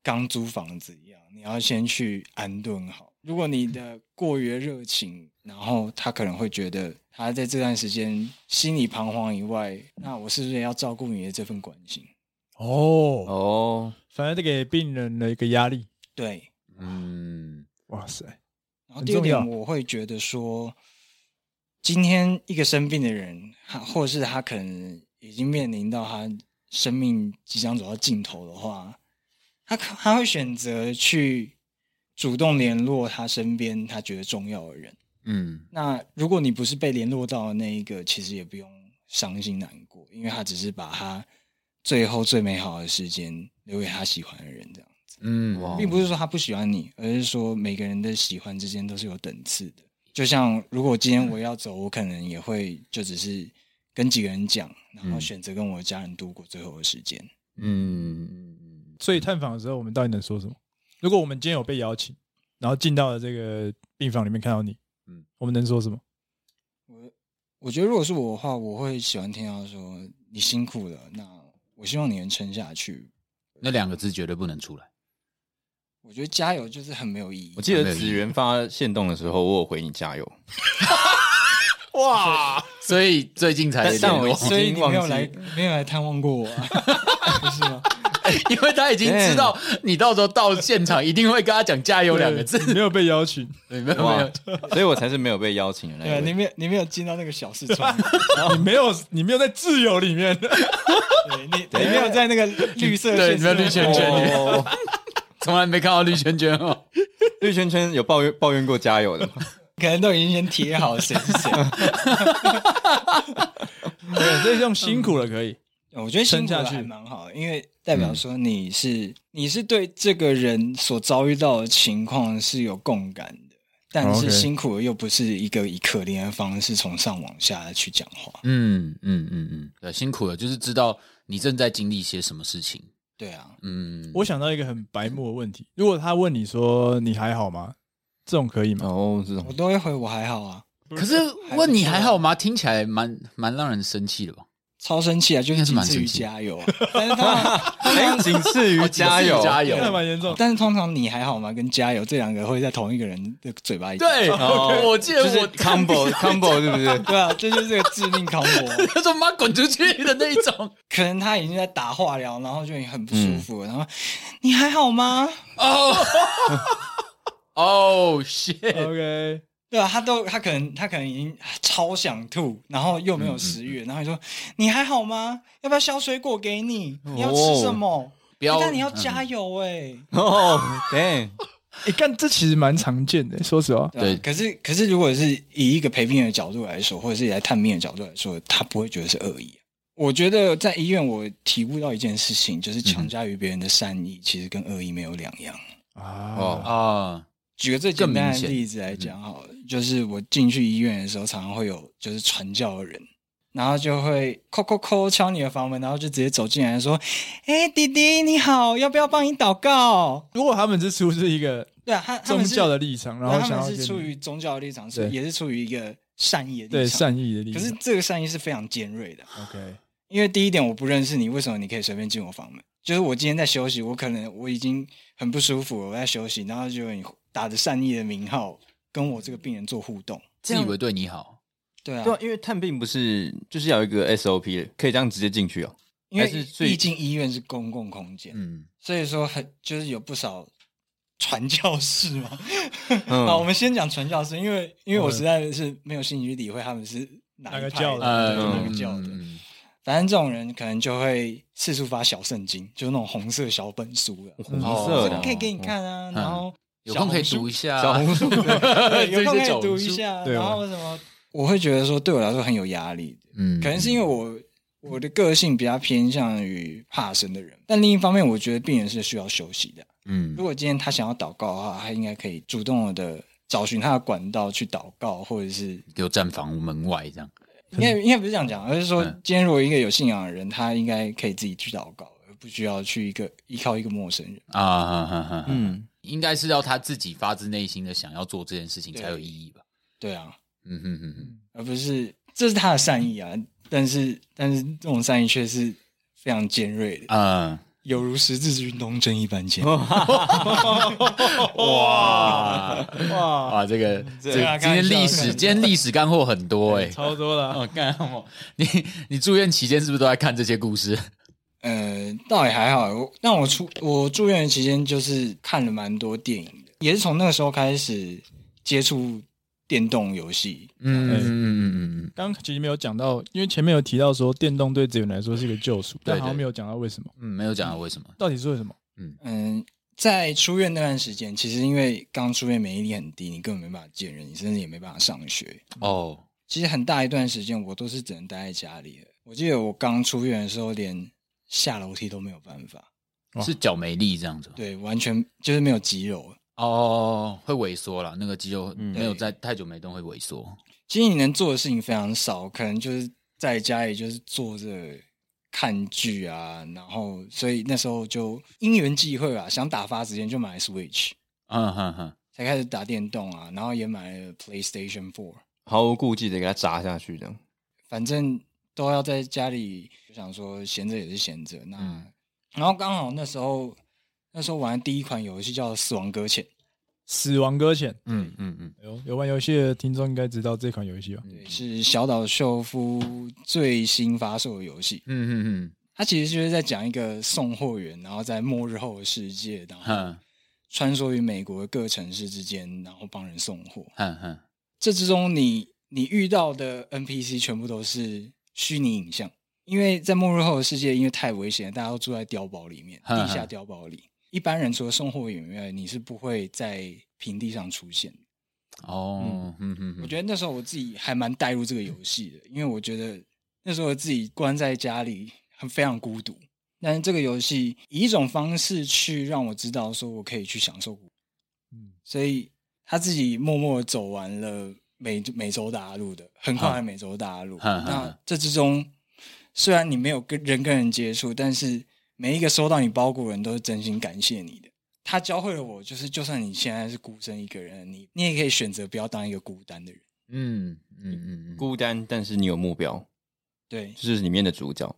Speaker 3: 刚租房子一样，你要先去安顿好。如果你的过于热情，然后他可能会觉得他在这段时间心理彷徨以外，那我是不是也要照顾你的这份关心？
Speaker 2: 哦，
Speaker 4: 哦，
Speaker 2: 反正这给病人的一个压力。
Speaker 3: 对，
Speaker 1: 嗯，
Speaker 2: 哇塞，
Speaker 3: 然后
Speaker 2: 很
Speaker 3: 第二
Speaker 2: 重要
Speaker 3: 点，我会觉得说，今天一个生病的人，他或者是他可能已经面临到他生命即将走到尽头的话，他可他会选择去主动联络他身边他觉得重要的人。
Speaker 1: 嗯，
Speaker 3: 那如果你不是被联络到的那一个，其实也不用伤心难过，因为他只是把他最后最美好的时间留给他喜欢的人，这样，
Speaker 1: 嗯，
Speaker 4: 哇
Speaker 3: 并不是说他不喜欢你，而是说每个人的喜欢之间都是有等次的。就像如果今天我要走，我可能也会就只是跟几个人讲，然后
Speaker 1: 嗯
Speaker 3: 选择跟我的家人度过最后的时间。
Speaker 1: 嗯，
Speaker 2: 所以探访的时候，我们到底能说什么？如果我们今天有被邀请，然后进到了这个病房里面看到你，嗯
Speaker 1: 嗯，
Speaker 2: 我们能说什么？
Speaker 3: 我我觉得如果是我的话，我会喜欢听到说你辛苦了，那我希望你能撑下去。
Speaker 1: 那两个字绝对不能出来。
Speaker 3: 我觉得加油就是很没有意义
Speaker 4: 我。记得子源发现动的时候，我有回你加油，
Speaker 1: 哇！ 所以最近才
Speaker 4: 但但
Speaker 1: 联
Speaker 4: 我
Speaker 1: 络，
Speaker 3: 所以你没有来
Speaker 4: 已，
Speaker 3: 没有来探望过我、啊， 不是吗？
Speaker 1: 因为他已经知道你到时候到现场一定会跟他讲“加油”两个字。
Speaker 2: 没有被邀请，
Speaker 1: 对 没有没
Speaker 4: 哇
Speaker 1: 有，
Speaker 4: 所以我才是没有被邀请的那
Speaker 1: 哎
Speaker 3: 对啊，
Speaker 4: 一
Speaker 3: 你
Speaker 4: 位。
Speaker 3: 没有，你没有进到那个小市 场，
Speaker 2: 你没有，你没有在自由里面。
Speaker 3: 对你你没有在那个绿色
Speaker 1: 对
Speaker 3: 线
Speaker 1: 你没有绿圈圈
Speaker 3: 上
Speaker 4: 哦，
Speaker 1: 从来没看到绿圈圈哦。
Speaker 4: 绿圈圈有抱怨抱怨过加油的吗？
Speaker 3: 可能都已经先 贴好谁是谁。
Speaker 2: 对，所以这种辛苦了可以，
Speaker 3: 我觉得辛苦
Speaker 2: 撑
Speaker 3: 了
Speaker 2: 下去
Speaker 3: 还蛮好的，因为代表说
Speaker 1: 嗯
Speaker 3: 你是、你是对这个人所遭遇到的情况是有共感的，
Speaker 1: 哦
Speaker 3: 但
Speaker 2: OK
Speaker 3: 是辛苦的又不是一个以可怜的方式从上往下去讲话。
Speaker 1: 嗯嗯嗯嗯，对，辛苦了，就是知道你正在经历些什么事情。
Speaker 3: 对啊，
Speaker 1: 嗯，
Speaker 2: 我想到一个很白目的问题，如果他问你说你还好吗？这种可以吗？
Speaker 4: 哦，
Speaker 1: 嗯
Speaker 4: 这
Speaker 3: 我
Speaker 4: 种
Speaker 3: 都会回我还好啊，
Speaker 1: 可是问你还好吗？听起来蛮蛮让人生气的吧？
Speaker 3: 超生气啊，就
Speaker 1: 应该
Speaker 3: 是
Speaker 1: 是
Speaker 3: 仅
Speaker 1: 蛮
Speaker 3: 次
Speaker 1: 生
Speaker 3: 于
Speaker 1: 气
Speaker 3: 加油啊。但是通常，。
Speaker 4: 哎，仅次于加油
Speaker 1: 加
Speaker 2: 这还
Speaker 1: 油！
Speaker 2: 蛮严重
Speaker 3: 但是通常你还好吗？跟加油这两个会在同一个人的嘴巴里。
Speaker 1: 对，
Speaker 4: 哦
Speaker 1: 我记得
Speaker 4: 就是
Speaker 1: 我
Speaker 4: combo combo 对不对？
Speaker 3: 对啊，这就是这个致命 combo 啊。
Speaker 1: 他 说妈滚出去的那一种
Speaker 3: 可能他已经在打化疗，然后就已经很不
Speaker 1: 嗯
Speaker 3: 舒服了，然后你还好吗？
Speaker 1: 哦 哦 shit！
Speaker 2: OK，
Speaker 3: 对啊，他都他可能他可能已经超想吐，然后又没
Speaker 1: 嗯
Speaker 3: 有食欲，然后你说你还好吗？要不要削水果给你？你要吃什么？
Speaker 1: 哦
Speaker 3: 哎
Speaker 1: 不要
Speaker 3: 但你要
Speaker 1: 嗯
Speaker 3: 加油哎、
Speaker 4: 哦，对，
Speaker 2: 你看这其实蛮常见的，说实话，
Speaker 1: 对
Speaker 3: 对啊，可是可是，如果是以一个陪病人的角度来说，或者是以来探病的角度来说，他不会觉得是恶意啊、我觉得在医院，我体悟到一件事情，就是
Speaker 1: 嗯
Speaker 3: 强加于别人的善意，其实跟恶意没有两样。
Speaker 2: 啊
Speaker 4: 哦，
Speaker 1: 啊，
Speaker 3: 举个最简单
Speaker 1: 更明
Speaker 3: 的
Speaker 1: 显
Speaker 3: 例子来讲好了，就是我进去医院的时候，常常会有就是传教的人，然后就会叩叩叩敲你的房门，然后就直接走进来说：“哎、弟弟你好，要不要帮你祷告
Speaker 2: 如果他们是出自一个？”
Speaker 3: 对啊，他他
Speaker 2: 宗
Speaker 3: 们是
Speaker 2: 教的立场，然后
Speaker 3: 他
Speaker 2: 想要
Speaker 3: 们是
Speaker 2: 跟
Speaker 3: 出
Speaker 2: 你
Speaker 3: 于宗教的立场，是
Speaker 2: 对
Speaker 3: 也是出于一个善意的立
Speaker 2: 对
Speaker 3: 场。
Speaker 2: 善意的立
Speaker 3: 可
Speaker 2: 场。
Speaker 3: 是这个善意是非常尖锐的，
Speaker 2: OK，
Speaker 3: 因为第一点我不认识你，为什么你可以随便进我房门？就是我今天在休息，我可能我已经很不舒服了，我在休息，然后就你打着善意的名号跟我这个病人做互动，
Speaker 1: 自以为对你好，
Speaker 3: 对啊，
Speaker 4: 对啊，因为探病不是就是要有一个 SOP 的，可以这样直接进去哦。
Speaker 3: 因为
Speaker 4: 还是最
Speaker 3: 毕竟医院是公共空间，
Speaker 1: 嗯，
Speaker 3: 所以说很就是有不少传教士嘛。
Speaker 4: 嗯
Speaker 3: 好，我们先讲传教士，因为因为我
Speaker 2: 嗯
Speaker 3: 实在是没有兴趣理会他们是哪
Speaker 2: 哪
Speaker 3: 一
Speaker 2: 个
Speaker 3: 派
Speaker 2: 教的
Speaker 3: 对
Speaker 1: 呃，
Speaker 3: 哪
Speaker 1: 嗯
Speaker 3: 个教的。
Speaker 1: 嗯
Speaker 3: 反正这种人可能就会四处发小圣经，就是那种红色小本书了，
Speaker 4: 红色的
Speaker 1: 哦
Speaker 3: 可以给你看啊。然后
Speaker 1: 有空可以 读一
Speaker 3: 下，
Speaker 1: 下，
Speaker 4: 小红书，
Speaker 3: 对有
Speaker 1: 这
Speaker 3: 空
Speaker 1: 是
Speaker 3: 可
Speaker 1: 小
Speaker 3: 以
Speaker 1: 红
Speaker 3: 读一
Speaker 1: 书，
Speaker 3: 下。
Speaker 2: 对
Speaker 3: 然后什么，啊我会觉得说对我来说很有压力，
Speaker 1: 嗯，
Speaker 3: 可能是因为我我的个性比较偏向于怕生的人，但另一方面，我觉得病人是需要休息的。
Speaker 1: 嗯
Speaker 3: 如果今天他想要祷告的话，他应该可以主动的找寻他的管道去祷告，或者是
Speaker 1: 给我站房门外这样。
Speaker 3: 应该应该不是这样讲，而是说
Speaker 1: 嗯，
Speaker 3: 今天如果一个有信仰的人，他应该可以自己去祷告，而不需要去一个依靠一个陌生人。
Speaker 1: 啊，哈哈哈哈
Speaker 4: 嗯，
Speaker 1: 应该是要他自己发自内心的想要做这件事情
Speaker 3: 对
Speaker 1: 才有意义吧。
Speaker 3: 对啊，
Speaker 1: 嗯哼哼哼，
Speaker 3: 而不是这是他的善意啊，但是但是这种善意却是非常尖锐的，哦
Speaker 1: 啊、
Speaker 3: 有如十字军东征一般尖。
Speaker 1: 哇
Speaker 2: 哇，
Speaker 1: 哇，这个这
Speaker 3: 对啊
Speaker 1: 今
Speaker 3: 开
Speaker 1: 天
Speaker 3: 玩笑
Speaker 1: 历
Speaker 3: 开玩
Speaker 1: 史，
Speaker 3: 笑
Speaker 1: 今天历史干货很多哎、
Speaker 2: 超多了啊。
Speaker 1: 我干什么？ 你你住院期间是不是都在看这些故事？
Speaker 3: 呃，倒也还好。我但我出我住院的期间，就是看了蛮多电影的，也是从那个时候开始接触电动游戏。
Speaker 1: 嗯嗯嗯嗯
Speaker 2: 刚刚其实没有讲到，因为前面有提到说电动对职员来说是一个救赎，
Speaker 1: 对
Speaker 2: 但
Speaker 1: 对
Speaker 2: 好像没有讲到为什么，
Speaker 1: 嗯，没有讲到为什么。
Speaker 2: 到底是为什么？
Speaker 3: 嗯，在出院那段时间，其实因为刚出院免疫力很低，你根本没办法见人，你甚至也没办法上学。
Speaker 1: 哦，
Speaker 3: 其实很大一段时间，我都是只能待在家里的。我记得我刚出院的时候，连下楼梯都没有办法，
Speaker 2: 哇
Speaker 1: 是脚没力这样子吗。
Speaker 3: 对，完全就是没有肌肉。
Speaker 1: 哦，会萎缩啦，那个肌肉
Speaker 4: 嗯
Speaker 1: 没有在太久没动会萎缩。
Speaker 3: 其实你能做的事情非常少，可能就是在家里就是坐着看剧啊，然后所以那时候就因缘际会吧，想打发时间就买 Switch，
Speaker 1: 嗯哼哼，
Speaker 3: 才开始打电动啊，然后也买了 PlayStation Four，
Speaker 4: 毫无顾忌的给他砸下去这样。
Speaker 3: 反正都要在家里，就想说闲着也是闲着。那、
Speaker 1: 嗯
Speaker 3: 然后刚好那时候那时候玩的第一款游戏叫《死亡搁浅》，
Speaker 2: 死亡搁浅。
Speaker 1: 嗯嗯嗯，
Speaker 2: 哎呦有玩游戏的听众应该知道这款游戏吧？
Speaker 3: 对，是小岛秀夫最新发售的游戏。
Speaker 1: 嗯嗯
Speaker 3: 他其实就是在讲一个送货员，然后在末日后的世界，然
Speaker 1: 嗯，
Speaker 3: 后
Speaker 1: 哼
Speaker 3: 穿梭于美国各城市之间，然后帮人送货。
Speaker 1: 哼哼，
Speaker 3: 这之中你，你遇到的 NPC 全部都是虚拟影像，因为在末日后的世界，因为太危险了，大家都住在碉堡里面，
Speaker 1: 哼哼
Speaker 3: 地下碉堡里。一般人除了送货员以外，你是不会在平地上出现的。
Speaker 1: 哦，嗯嗯
Speaker 3: 我
Speaker 1: 嗯，
Speaker 3: 觉得那时候我自己还蛮带入这个游戏的，因为我觉得那时候我自己关在家里很非常孤独。但是这个游戏以一种方式去让我知道，说我可以去享受孤独。
Speaker 2: 嗯
Speaker 3: 所以他自己默默地走完了美美洲大陆的，横跨了美洲大陆。
Speaker 1: 哼哼
Speaker 3: 那
Speaker 1: 哼
Speaker 3: 这之中，虽然你没有跟人跟人接触，但是每一个收到你包裹的人都是真心感谢你的。他教会了我，就是就算你现在是孤身一个人，你你也可以选择不要当一个孤单的人。
Speaker 1: 嗯嗯嗯嗯，
Speaker 4: 孤单，但是你有目标，
Speaker 3: 对，
Speaker 4: 就是里面的主角。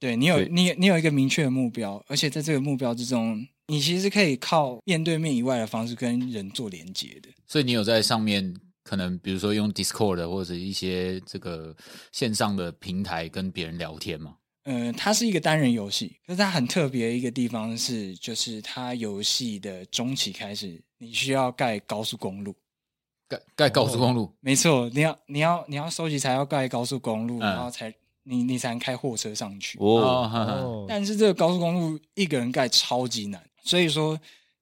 Speaker 3: 对你有
Speaker 4: 对
Speaker 3: 你有你有一个明确的目标，而且在这个目标之中，你其实可以靠面对面以外的方式跟人做连接的。
Speaker 1: 所以你有在上面可能比如说用 Discord 或者一些这个线上的平台跟别人聊天嘛？
Speaker 3: 呃，它是一个单人游戏，可是它很特别的一个地方是，就是它游戏的中期开始，你需要盖高速公路。
Speaker 1: 盖盖高速公路，
Speaker 3: 没错，你要你要你要收集材料盖高速公路，
Speaker 1: 嗯
Speaker 3: 然后才你你才能开货车上去。
Speaker 1: 哦，
Speaker 4: 哦，
Speaker 1: 哈哈，
Speaker 2: 哦，
Speaker 3: 但是这个高速公路一个人盖超级难，所以说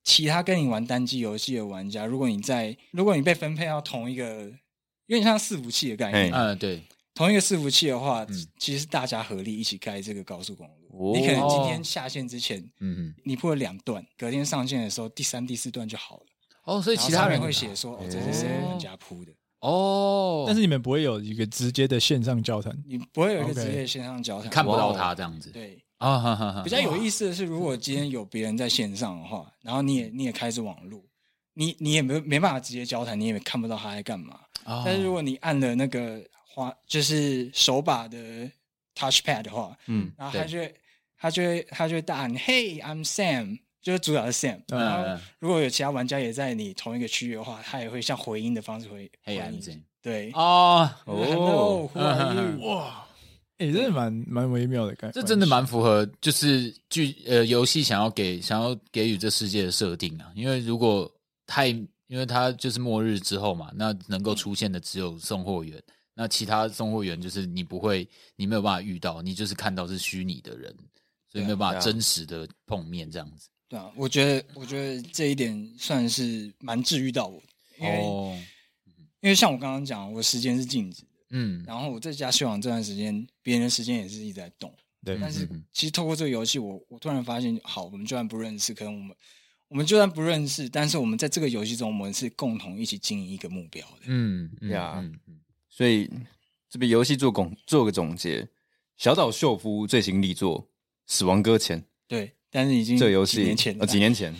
Speaker 3: 其他跟你玩单机游戏的玩家，如果你在如果你被分配到同一个，有点像伺服器的概念，
Speaker 4: 嘿
Speaker 1: 嗯，对，
Speaker 3: 同一个伺服器的话，
Speaker 1: 嗯
Speaker 3: 其实大家合力一起盖这个高速公路。
Speaker 4: 哦
Speaker 3: 你可能今天下线之前，
Speaker 1: 嗯嗯，
Speaker 3: 你铺了两段，隔天上线的时候，第三、第四段就好了。
Speaker 1: 哦，所以
Speaker 3: 然
Speaker 1: 其
Speaker 3: 后
Speaker 1: 他
Speaker 3: 上面
Speaker 1: 人
Speaker 3: 会写说，哦，这是谁人家铺的。
Speaker 1: 哦，
Speaker 2: 但是你们不会有一个直接的线上交谈，
Speaker 3: 你不会有一个
Speaker 2: OK
Speaker 3: 职业线上交谈，哦
Speaker 1: 看不到
Speaker 4: 哇
Speaker 1: 他这样子
Speaker 3: 对，
Speaker 1: 啊，哈哈哈
Speaker 3: 比，较有意思的是，如果今天有别人在线上的话，然后你也你也开着网络，你你也没没办法直接交谈，你也看不到他在干嘛。
Speaker 1: 哦
Speaker 3: 但是如果你按了那个滑，就是手把的 touchpad 的话，
Speaker 4: 嗯，
Speaker 3: 然后他
Speaker 1: 对
Speaker 3: 就会他就会他就会大喊 “Hey, I'm Sam”，就是主角是 Sam。
Speaker 1: 嗯
Speaker 3: 然
Speaker 1: 嗯
Speaker 3: 后如果有其他玩家也在你同一个区域的话，他也会像回音的方式回回
Speaker 1: 黑暗
Speaker 3: 应。
Speaker 1: 森
Speaker 3: 对
Speaker 1: 哦，
Speaker 4: 哦
Speaker 3: ，Hello, who
Speaker 1: 嗯
Speaker 3: are
Speaker 1: 嗯
Speaker 3: you？
Speaker 2: 哎、真的蛮蛮微妙的感觉，
Speaker 1: 这真的蛮符合，就是剧呃游戏想要给想要给予这世界的设定啊，因为如果太，因为它就是末日之后嘛，那能
Speaker 4: 嗯
Speaker 1: 够出现的只有送货员，那其他送货员就是你不会，你没有办法遇到，你就是看到是虚拟的人，所以没有办法
Speaker 4: 对啊
Speaker 1: 真实的碰面这样子。
Speaker 3: 对啊，我觉得我觉得这一点算是蛮治愈到我的，因为、
Speaker 1: 哦，
Speaker 3: 因为像我刚刚讲，我时间是静止的，
Speaker 1: 嗯，
Speaker 3: 然后我在家休养这段时间，别人的时间也是一直在动。
Speaker 2: 对
Speaker 3: 但是
Speaker 1: 嗯嗯
Speaker 3: 其实透过这个游戏，我我突然发现，好，我们就算不认识，可能我们我们就算不认识，但是我们在这个游戏中，我们是共同一起经营一个目标的。
Speaker 1: 嗯嗯
Speaker 4: 呀
Speaker 1: 嗯嗯
Speaker 4: 所以这边游戏做总做个总结，小岛秀夫最新力作《死亡搁浅》
Speaker 3: 对，但是已经
Speaker 4: 这个游戏，
Speaker 3: 几年前了，
Speaker 4: 呃几年前，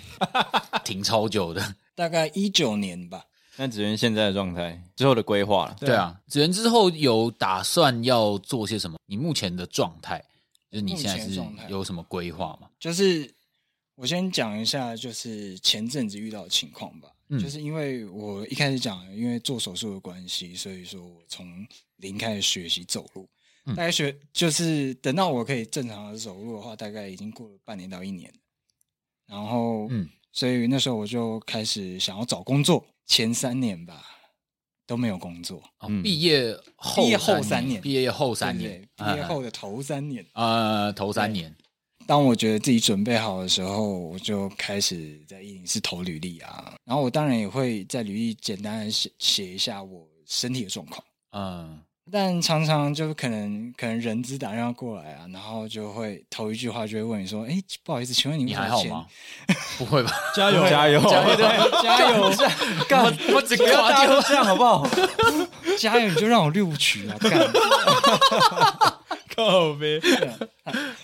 Speaker 1: 停超久的。
Speaker 3: 大概一九年吧。
Speaker 4: 那只能现在的状态之后的规划了。
Speaker 2: 对
Speaker 1: 对啊，子源之后有打算要做些什么？你目前的状态，就是你现在
Speaker 3: 目前的
Speaker 1: 是
Speaker 3: 状态
Speaker 1: 有什么规划吗？
Speaker 3: 就是我先讲一下，就是前阵子遇到的情况吧。
Speaker 1: 嗯
Speaker 3: 就是因为我一开始讲，因为做手术的关系，所以说我从零开始学习走路。
Speaker 1: 嗯
Speaker 3: 大概学就是等到我可以正常的走路的话，大概已经过了半年到一年了。然后，
Speaker 1: 嗯，
Speaker 3: 所以那时候我就开始想要找工作，前三年吧都没有工作，
Speaker 1: 哦
Speaker 4: 嗯
Speaker 1: 毕业后
Speaker 3: 毕业后三
Speaker 1: 年，
Speaker 3: 年
Speaker 1: 毕业后三
Speaker 3: 对
Speaker 1: 年，啊嗯
Speaker 3: 毕业后的头三年，
Speaker 1: 呃呃头三年，
Speaker 3: 当我觉得自己准备好的时候，我就开始在一零四投履历啊。然后我当然也会在履历简单的写写一下我身体的状况，
Speaker 1: 嗯
Speaker 3: 但常常就可能可能人资打电话过来啊，然后就会头一句话就会问你说：“哎，不好意思，请问你为
Speaker 1: 你
Speaker 3: 什么
Speaker 1: 还好
Speaker 3: 前
Speaker 1: 吗？ 不会吧？
Speaker 2: 加油
Speaker 4: 加油！
Speaker 3: 加油
Speaker 4: 干，我只不 要大家都
Speaker 1: 嗯
Speaker 4: 这样好不好？
Speaker 3: 加油！你就让我录取啊！”干。
Speaker 2: 靠呗，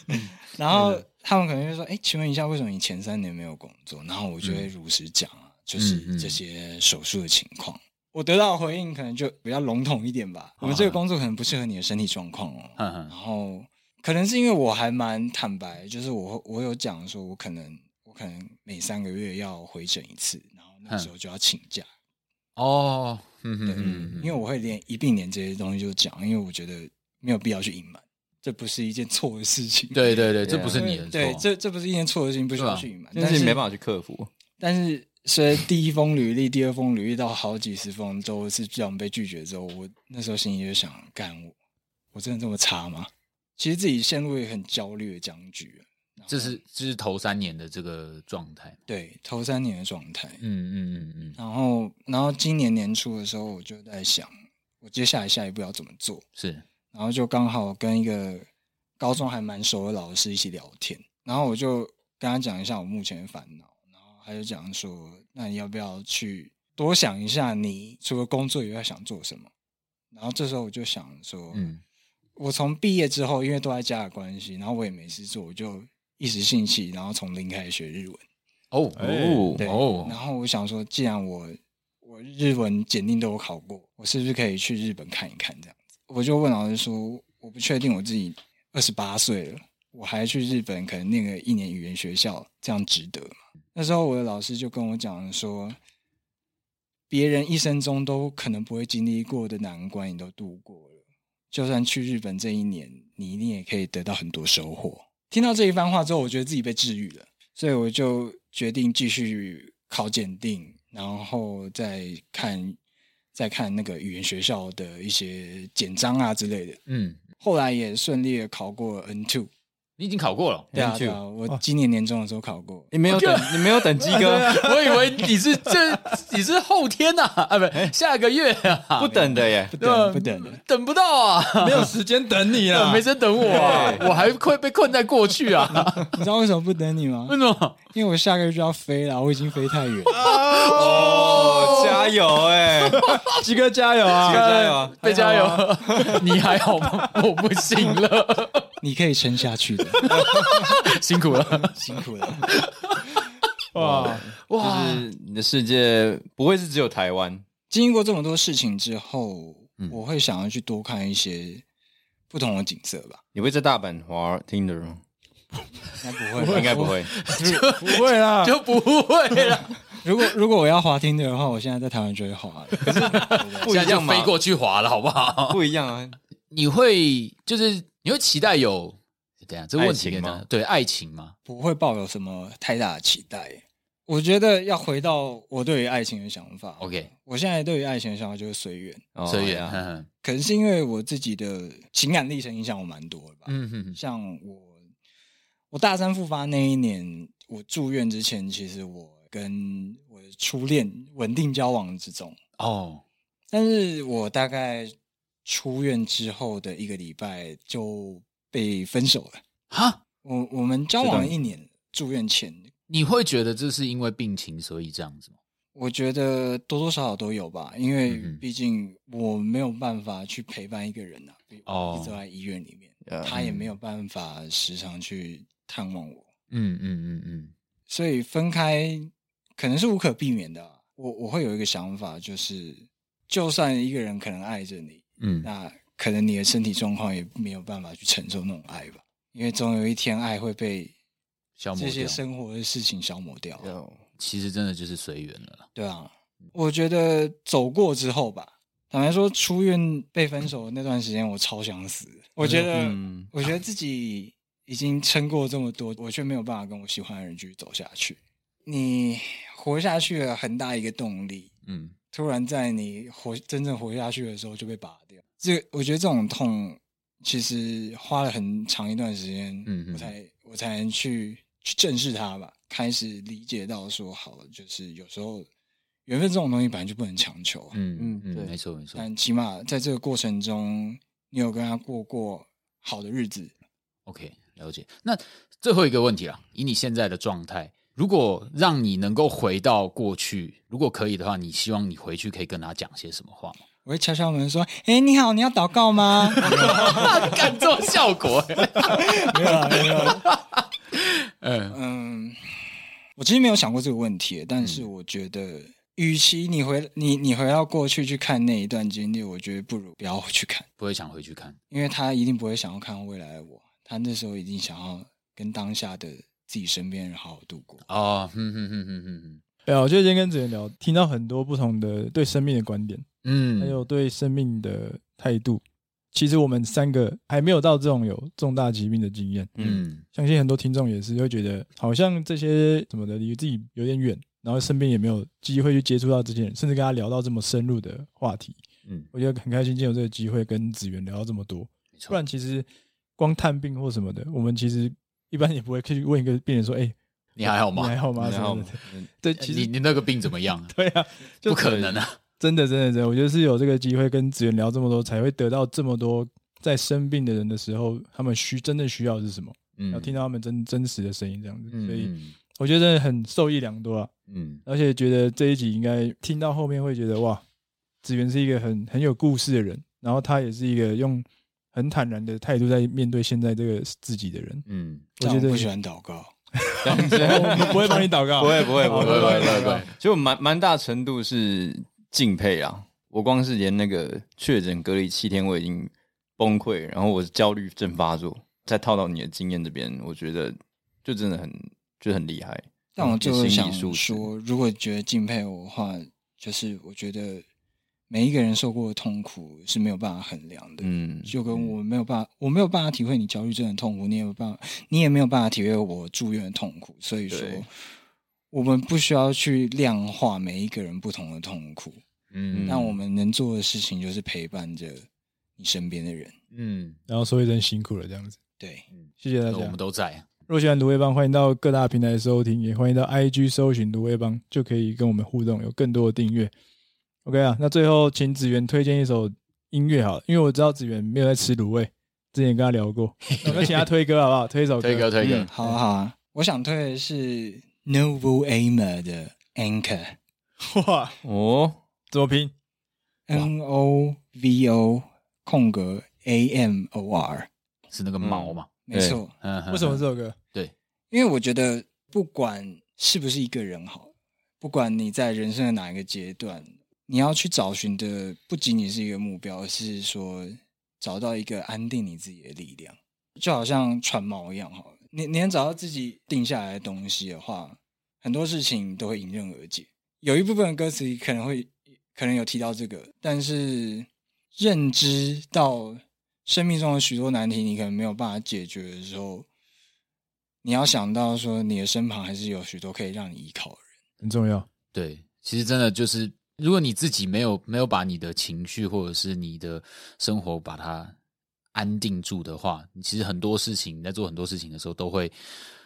Speaker 3: 嗯然后他们可能就说：“哎，请问一下，为什么你前三年没有工作？”然后我就会如实讲啊，就是这些手术的情况。我得到的回应可能就比较笼统一点 吧。我们这个工作可能不适合你的身体状况哦。
Speaker 1: 哼哼
Speaker 3: 然后可能是因为我还蛮坦白，就是我我有讲说，我可能我可能每三个月要回诊一次，然后那时候就要请假。
Speaker 1: 哦，嗯嗯
Speaker 3: 对，
Speaker 1: 嗯
Speaker 3: 因
Speaker 1: 为
Speaker 3: 为我会连一并连这些东西就讲，因为我觉得没有必要去隐瞒，这不是一件错的事情。
Speaker 1: 对对对，这
Speaker 4: 对啊
Speaker 1: 不是你的
Speaker 3: 对，
Speaker 1: 错，
Speaker 3: 这这不是一件错的事情，不需要去隐瞒。
Speaker 4: 这件
Speaker 3: 但
Speaker 4: 事
Speaker 3: 是
Speaker 4: 情没办法去克服。
Speaker 3: 但是随着第一封履历、第二封履历到好几十封都是这样被拒绝之后，我那时候心里就想：干我，我真的这么差吗？其实自己陷入一个很焦虑的僵局。然后
Speaker 1: 这是这是头三年的这个状态。
Speaker 3: 对头三年的状态。
Speaker 1: 嗯嗯嗯嗯，
Speaker 3: 然后，然后今年年初的时候，我就在想，我接下来下一步要怎么做。
Speaker 1: 是
Speaker 3: 然后就刚好跟一个高中还蛮熟的老师一起聊天，然后我就跟他讲一下我目前的烦恼，然后他就讲说，那你要不要去多想一下，你除了工作以外想做什么？然后这时候我就想说，
Speaker 1: 嗯，
Speaker 3: 我从毕业之后，因为都在家的关系，然后我也没事做，我就一时兴起，然后从零开始学日文。
Speaker 1: 哦
Speaker 2: 哎
Speaker 3: 对，然
Speaker 1: 哦，
Speaker 3: 后我想说，既然我我日文检定都有考过，我是不是可以去日本看一看？这样子，我就问老师说，我不确定我自己二十八岁了，我还去日本可能念个一年语言学校，这样值得吗？那时候我的老师就跟我讲说，别人一生中都可能不会经历过的难关，你都度过了，就算去日本这一年，你一定也可以得到很多收获。听到这一番话之后，我觉得自己被治愈了。所以我就决定继续考检定，然后再看再看那个语言学校的一些简章啊之类的。
Speaker 1: 嗯，
Speaker 3: 后来也顺利的考过 N two，
Speaker 1: 你已经考过了。
Speaker 3: 对啊，
Speaker 4: N2
Speaker 3: 对啊我今年年终的时候考过。
Speaker 4: 你没有等，你没有等鸡 哥，
Speaker 1: 啊我以为你是这你是后天呐、啊，啊，不，下个月啊，
Speaker 4: 不等的耶。
Speaker 3: 不
Speaker 1: 对吧
Speaker 3: 等不等了，
Speaker 1: 等不到啊，
Speaker 2: 没有时间等你啦。
Speaker 1: 没人等我啊，我还困被困在过去啊，
Speaker 3: 你知道为什么不等你吗
Speaker 1: 为？什么？
Speaker 3: 因为我下个月就要飞了，我已经飞太远了。
Speaker 4: 哦，加油 哎，鸡
Speaker 2: 鸡哥加油
Speaker 4: 哥
Speaker 2: 啊！
Speaker 4: 加油啊！
Speaker 1: 被加油， 你还好吗？我不行了，
Speaker 3: 你可以撑下去 的，
Speaker 1: 辛苦了，
Speaker 3: 辛苦了。
Speaker 2: 哇，
Speaker 1: 哇，
Speaker 4: 就是你的世界不会是只有台湾，
Speaker 3: 经过这么多事情之后
Speaker 1: 嗯，
Speaker 3: 我会想要去多看一些不同的景色吧？
Speaker 4: 你会在大阪滑 Tinder 吗？
Speaker 3: 应该不会吧，
Speaker 4: 应该不会。
Speaker 2: 不会啦，
Speaker 1: 就不会了，
Speaker 3: 如果如果我要滑听的话，我现在在台湾就会滑了。可是
Speaker 4: 不一
Speaker 1: 现在就
Speaker 4: 样嘛
Speaker 1: 飞过去划了，好不好？
Speaker 4: 不一样啊，
Speaker 1: 你会就是你会期待有怎样？这问题
Speaker 4: 爱情吗
Speaker 1: 呢？对，爱情吗？
Speaker 3: 不会抱有什么太大的期待。我觉得要回到我对于爱情的想法。
Speaker 1: OK
Speaker 3: 我现在对于爱情的想法就是随缘，
Speaker 4: 哦
Speaker 1: 所以，
Speaker 4: 哎呀
Speaker 1: 嗯
Speaker 3: 可能是因为我自己的情感历程影响我蛮多的吧。
Speaker 1: 嗯哼，
Speaker 3: 像我，我大三复发那一年，我住院之前，其实我跟我的初恋稳定交往之中，
Speaker 1: 哦，
Speaker 3: 但是我大概出院之后的一个礼拜就被分手了。
Speaker 1: 哈，
Speaker 3: 我我们交往了
Speaker 4: 是的
Speaker 3: 一年，住院前，
Speaker 1: 你会觉得这是因为病情所以这样子吗？
Speaker 3: 我觉得多多少少都有吧，因为
Speaker 1: 嗯哼
Speaker 3: 毕竟我没有办法去陪伴一个人呐、啊，
Speaker 1: 哦
Speaker 3: 我一直都在医院里面，
Speaker 4: 呃
Speaker 3: 他也没有办法时常去探望我，
Speaker 1: 嗯嗯嗯嗯，
Speaker 3: 所以分开可能是无可避免的啊、我我会有一个想法，就是就算一个人可能爱着你，
Speaker 1: 嗯，
Speaker 3: 那可能你的身体状况也没有办法去承受那种爱吧，因为总有一天爱会被
Speaker 1: 消磨
Speaker 3: 这些
Speaker 1: 掉，
Speaker 3: 生活的事情消磨掉啊。
Speaker 4: 有
Speaker 1: 其实真的就是随缘了啦。
Speaker 3: 对啊，我觉得走过之后吧，坦白说，出院被分手的那段时间，我超想死的。我觉得，
Speaker 4: 嗯
Speaker 3: 我觉得自己已经撑过这么多，我却没有办法跟我喜欢的人继续走下去。你活下去了，很大一个动力，
Speaker 1: 嗯，
Speaker 3: 突然在你活真正活下去的时候就被拔掉。这我觉得这种痛，其实花了很长一段时间，
Speaker 1: 嗯嗯
Speaker 3: 我才我才能去去正视它吧，开始理解到说，好，就是有时候缘分这种东西本来就不能强求啊、
Speaker 1: 嗯
Speaker 4: 嗯
Speaker 1: 嗯，
Speaker 4: 对
Speaker 1: 没错没错。
Speaker 3: 但起码在这个过程中，你有跟他过过好的日子，
Speaker 1: OK，了解。那最后一个问题啦，以你现在的状态，如果让你能够回到过去，如果可以的话，你希望你回去可以跟他讲些什么话吗？
Speaker 3: 我会敲敲门说：“哎、你好，你要祷告吗？”
Speaker 1: 敢做效果、欸
Speaker 3: 没有啊，没有啊。
Speaker 1: 嗯
Speaker 3: 嗯，我其实没有想过这个问题，但是
Speaker 4: 嗯
Speaker 3: 我觉得，与其你回你你回到过去去看那一段经历，我觉得不如不要去看，
Speaker 1: 不会想回去看。
Speaker 3: 因为他一定不会想要看未来的我，他那时候一定想要跟当下的自己身边人好好度过。
Speaker 1: 哦，哼哼哼哼哼哼，
Speaker 2: 对啊，我觉得今天跟子源聊，听到很多不同的对生命的观点，还
Speaker 1: 嗯，
Speaker 2: 有对生命的态度。其实我们三个还没有到这种有重大疾病的经验，
Speaker 1: 嗯，
Speaker 2: 相信很多听众也是会觉得，好像这些什么的离自己有点远，然后身边也没有机会去接触到这些人，甚至跟他聊到这么深入的话题。
Speaker 1: 嗯，
Speaker 2: 我觉得很开心，今天有这个机会跟子源聊到这么多。
Speaker 1: 没
Speaker 2: 不
Speaker 1: 错
Speaker 2: 然。其实光探病或什么的，我们其实一般也不会去问一个病人说：“哎、
Speaker 1: 你还好
Speaker 2: 你
Speaker 1: 吗嗯
Speaker 2: 还？好吗？”什
Speaker 4: 然后
Speaker 2: 么的。对，其
Speaker 1: 你
Speaker 2: 实
Speaker 1: 你那个病怎么样？
Speaker 2: 对啊， 就
Speaker 1: 不可能啊！
Speaker 2: 真的真的真的，我觉得是有这个机会跟子源聊这么多，才会得到这么多在生病的人的时候，他们需真正需要的是什么，
Speaker 1: 嗯
Speaker 2: 要听到他们真真实的声音这样子，
Speaker 1: 嗯
Speaker 2: 所以
Speaker 1: 嗯
Speaker 2: 我觉得真的很受益良多啊。
Speaker 1: 嗯
Speaker 2: 而且觉得这一集应该听到后面会觉得哇，子源是一个很很有故事的人，然后他也是一个用很坦然的态度在面对现在这个自己的人。
Speaker 1: 嗯，
Speaker 2: 我
Speaker 3: 但
Speaker 2: 觉得
Speaker 3: 不喜欢祷告。
Speaker 4: 嗯这样子
Speaker 2: 我们不会帮你祷告，啊
Speaker 4: 不会不会不
Speaker 1: 不
Speaker 4: 会
Speaker 1: 会不会不会
Speaker 2: 不
Speaker 1: 不会
Speaker 2: 会，
Speaker 4: 就蛮蛮大程度是敬佩啊。我光是连那个确诊隔离七天，我已经崩溃，然后我焦虑症发作。再套到你的经验这边，我觉得就真的很就很厉害。
Speaker 3: 但我
Speaker 4: 就
Speaker 3: 就是
Speaker 4: 心理
Speaker 3: 想
Speaker 4: 素质
Speaker 3: 说，如果觉得敬佩我的话，就是我觉得每一个人受过的痛苦是没有办法衡量的。
Speaker 4: 嗯，
Speaker 3: 就跟我没有办法，我没有办法体会你焦虑症的痛苦，你也没有办法，你也没有办法体会我住院的痛苦。所以说
Speaker 4: 对，
Speaker 3: 我们不需要去量化每一个人不同的痛苦，
Speaker 1: 嗯
Speaker 3: 但我们能做的事情就是陪伴着你身边的人。
Speaker 1: 嗯，
Speaker 2: 然后说一声辛苦了这样子，
Speaker 3: 对，
Speaker 4: 嗯
Speaker 2: 谢谢
Speaker 1: 那
Speaker 2: 大
Speaker 1: 呃我
Speaker 2: 家
Speaker 1: 们。都在，
Speaker 2: 若喜欢芦苇帮，欢迎到各大平台收听，也欢迎到 IG 搜寻芦苇帮，就可以跟我们互动，有更多的订阅。OK 啊，那最后请子源推荐一首音乐好了，因为我知道子源没有在吃卤味，之前跟他聊 过，我们请他推歌好不好？推一首歌，
Speaker 1: 推歌推歌
Speaker 4: 嗯，
Speaker 3: 好啊好啊，我想推的是 Novo Aimer 的 Anchor。
Speaker 2: 哇，
Speaker 4: 哦，
Speaker 2: 怎么拼？
Speaker 3: N O V O 空格 A M O R，
Speaker 1: 是那个毛嘛？
Speaker 3: 没错。
Speaker 1: 嗯，嗯
Speaker 2: 为什么这首歌？
Speaker 3: 因为我觉得不管是不是一个人好，不管你在人生的哪一个阶段，你要去找寻的不仅仅是一个目标，而是说找到一个安定你自己的力量，就好像船锚一样好了。你你能找到自己定下来的东西的话，很多事情都会迎刃而解。有一部分的歌词可能会可能有提到这个，但是认知到生命中的许多难题，你可能没有办法解决的时候，你要想到说，你的身旁还是有许多可以让你依靠的人。
Speaker 2: 很重要，
Speaker 1: 对，其实真的就是，如果你自己没有没有把你的情绪或者是你的生活把它安定住的话，你其实很多事情你在做很多事情的时候都会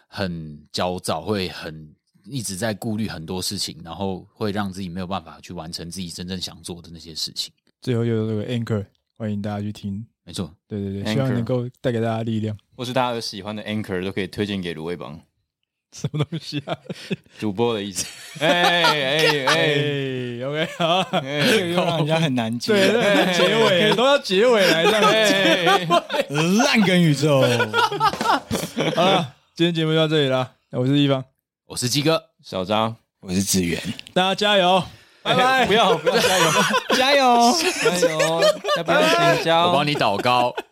Speaker 1: 很焦躁，会很一直在顾虑很多事情，然后会让自己没有办法去完成自己真正想做的那些事情。
Speaker 2: 最后就是这个 Anchor，欢迎大家去听。
Speaker 1: 没错，
Speaker 2: 对对对，
Speaker 4: Anchor
Speaker 2: 希望能够带给大家力 量。
Speaker 4: 或是大家有喜欢的 anchor 都可以推荐给芦苇帮
Speaker 2: 什么东西 啊？
Speaker 4: 主播的 意思。哎哎
Speaker 2: 哎
Speaker 4: 哎
Speaker 2: ，OK，好，
Speaker 3: 这个又让人家很难接。
Speaker 2: 对，那结 尾都要结尾来这样 子。
Speaker 4: 哎，
Speaker 3: 烂梗宇宙，
Speaker 2: 好了，今天节目就到这里了。那我是一方，
Speaker 1: 我是鸡哥，
Speaker 4: 小张，哎
Speaker 3: 我是志远，
Speaker 2: 大家加油，拜拜。
Speaker 4: 不要不要加油
Speaker 3: 加油！
Speaker 4: 加油，要不要请教？
Speaker 1: 我帮你祷告。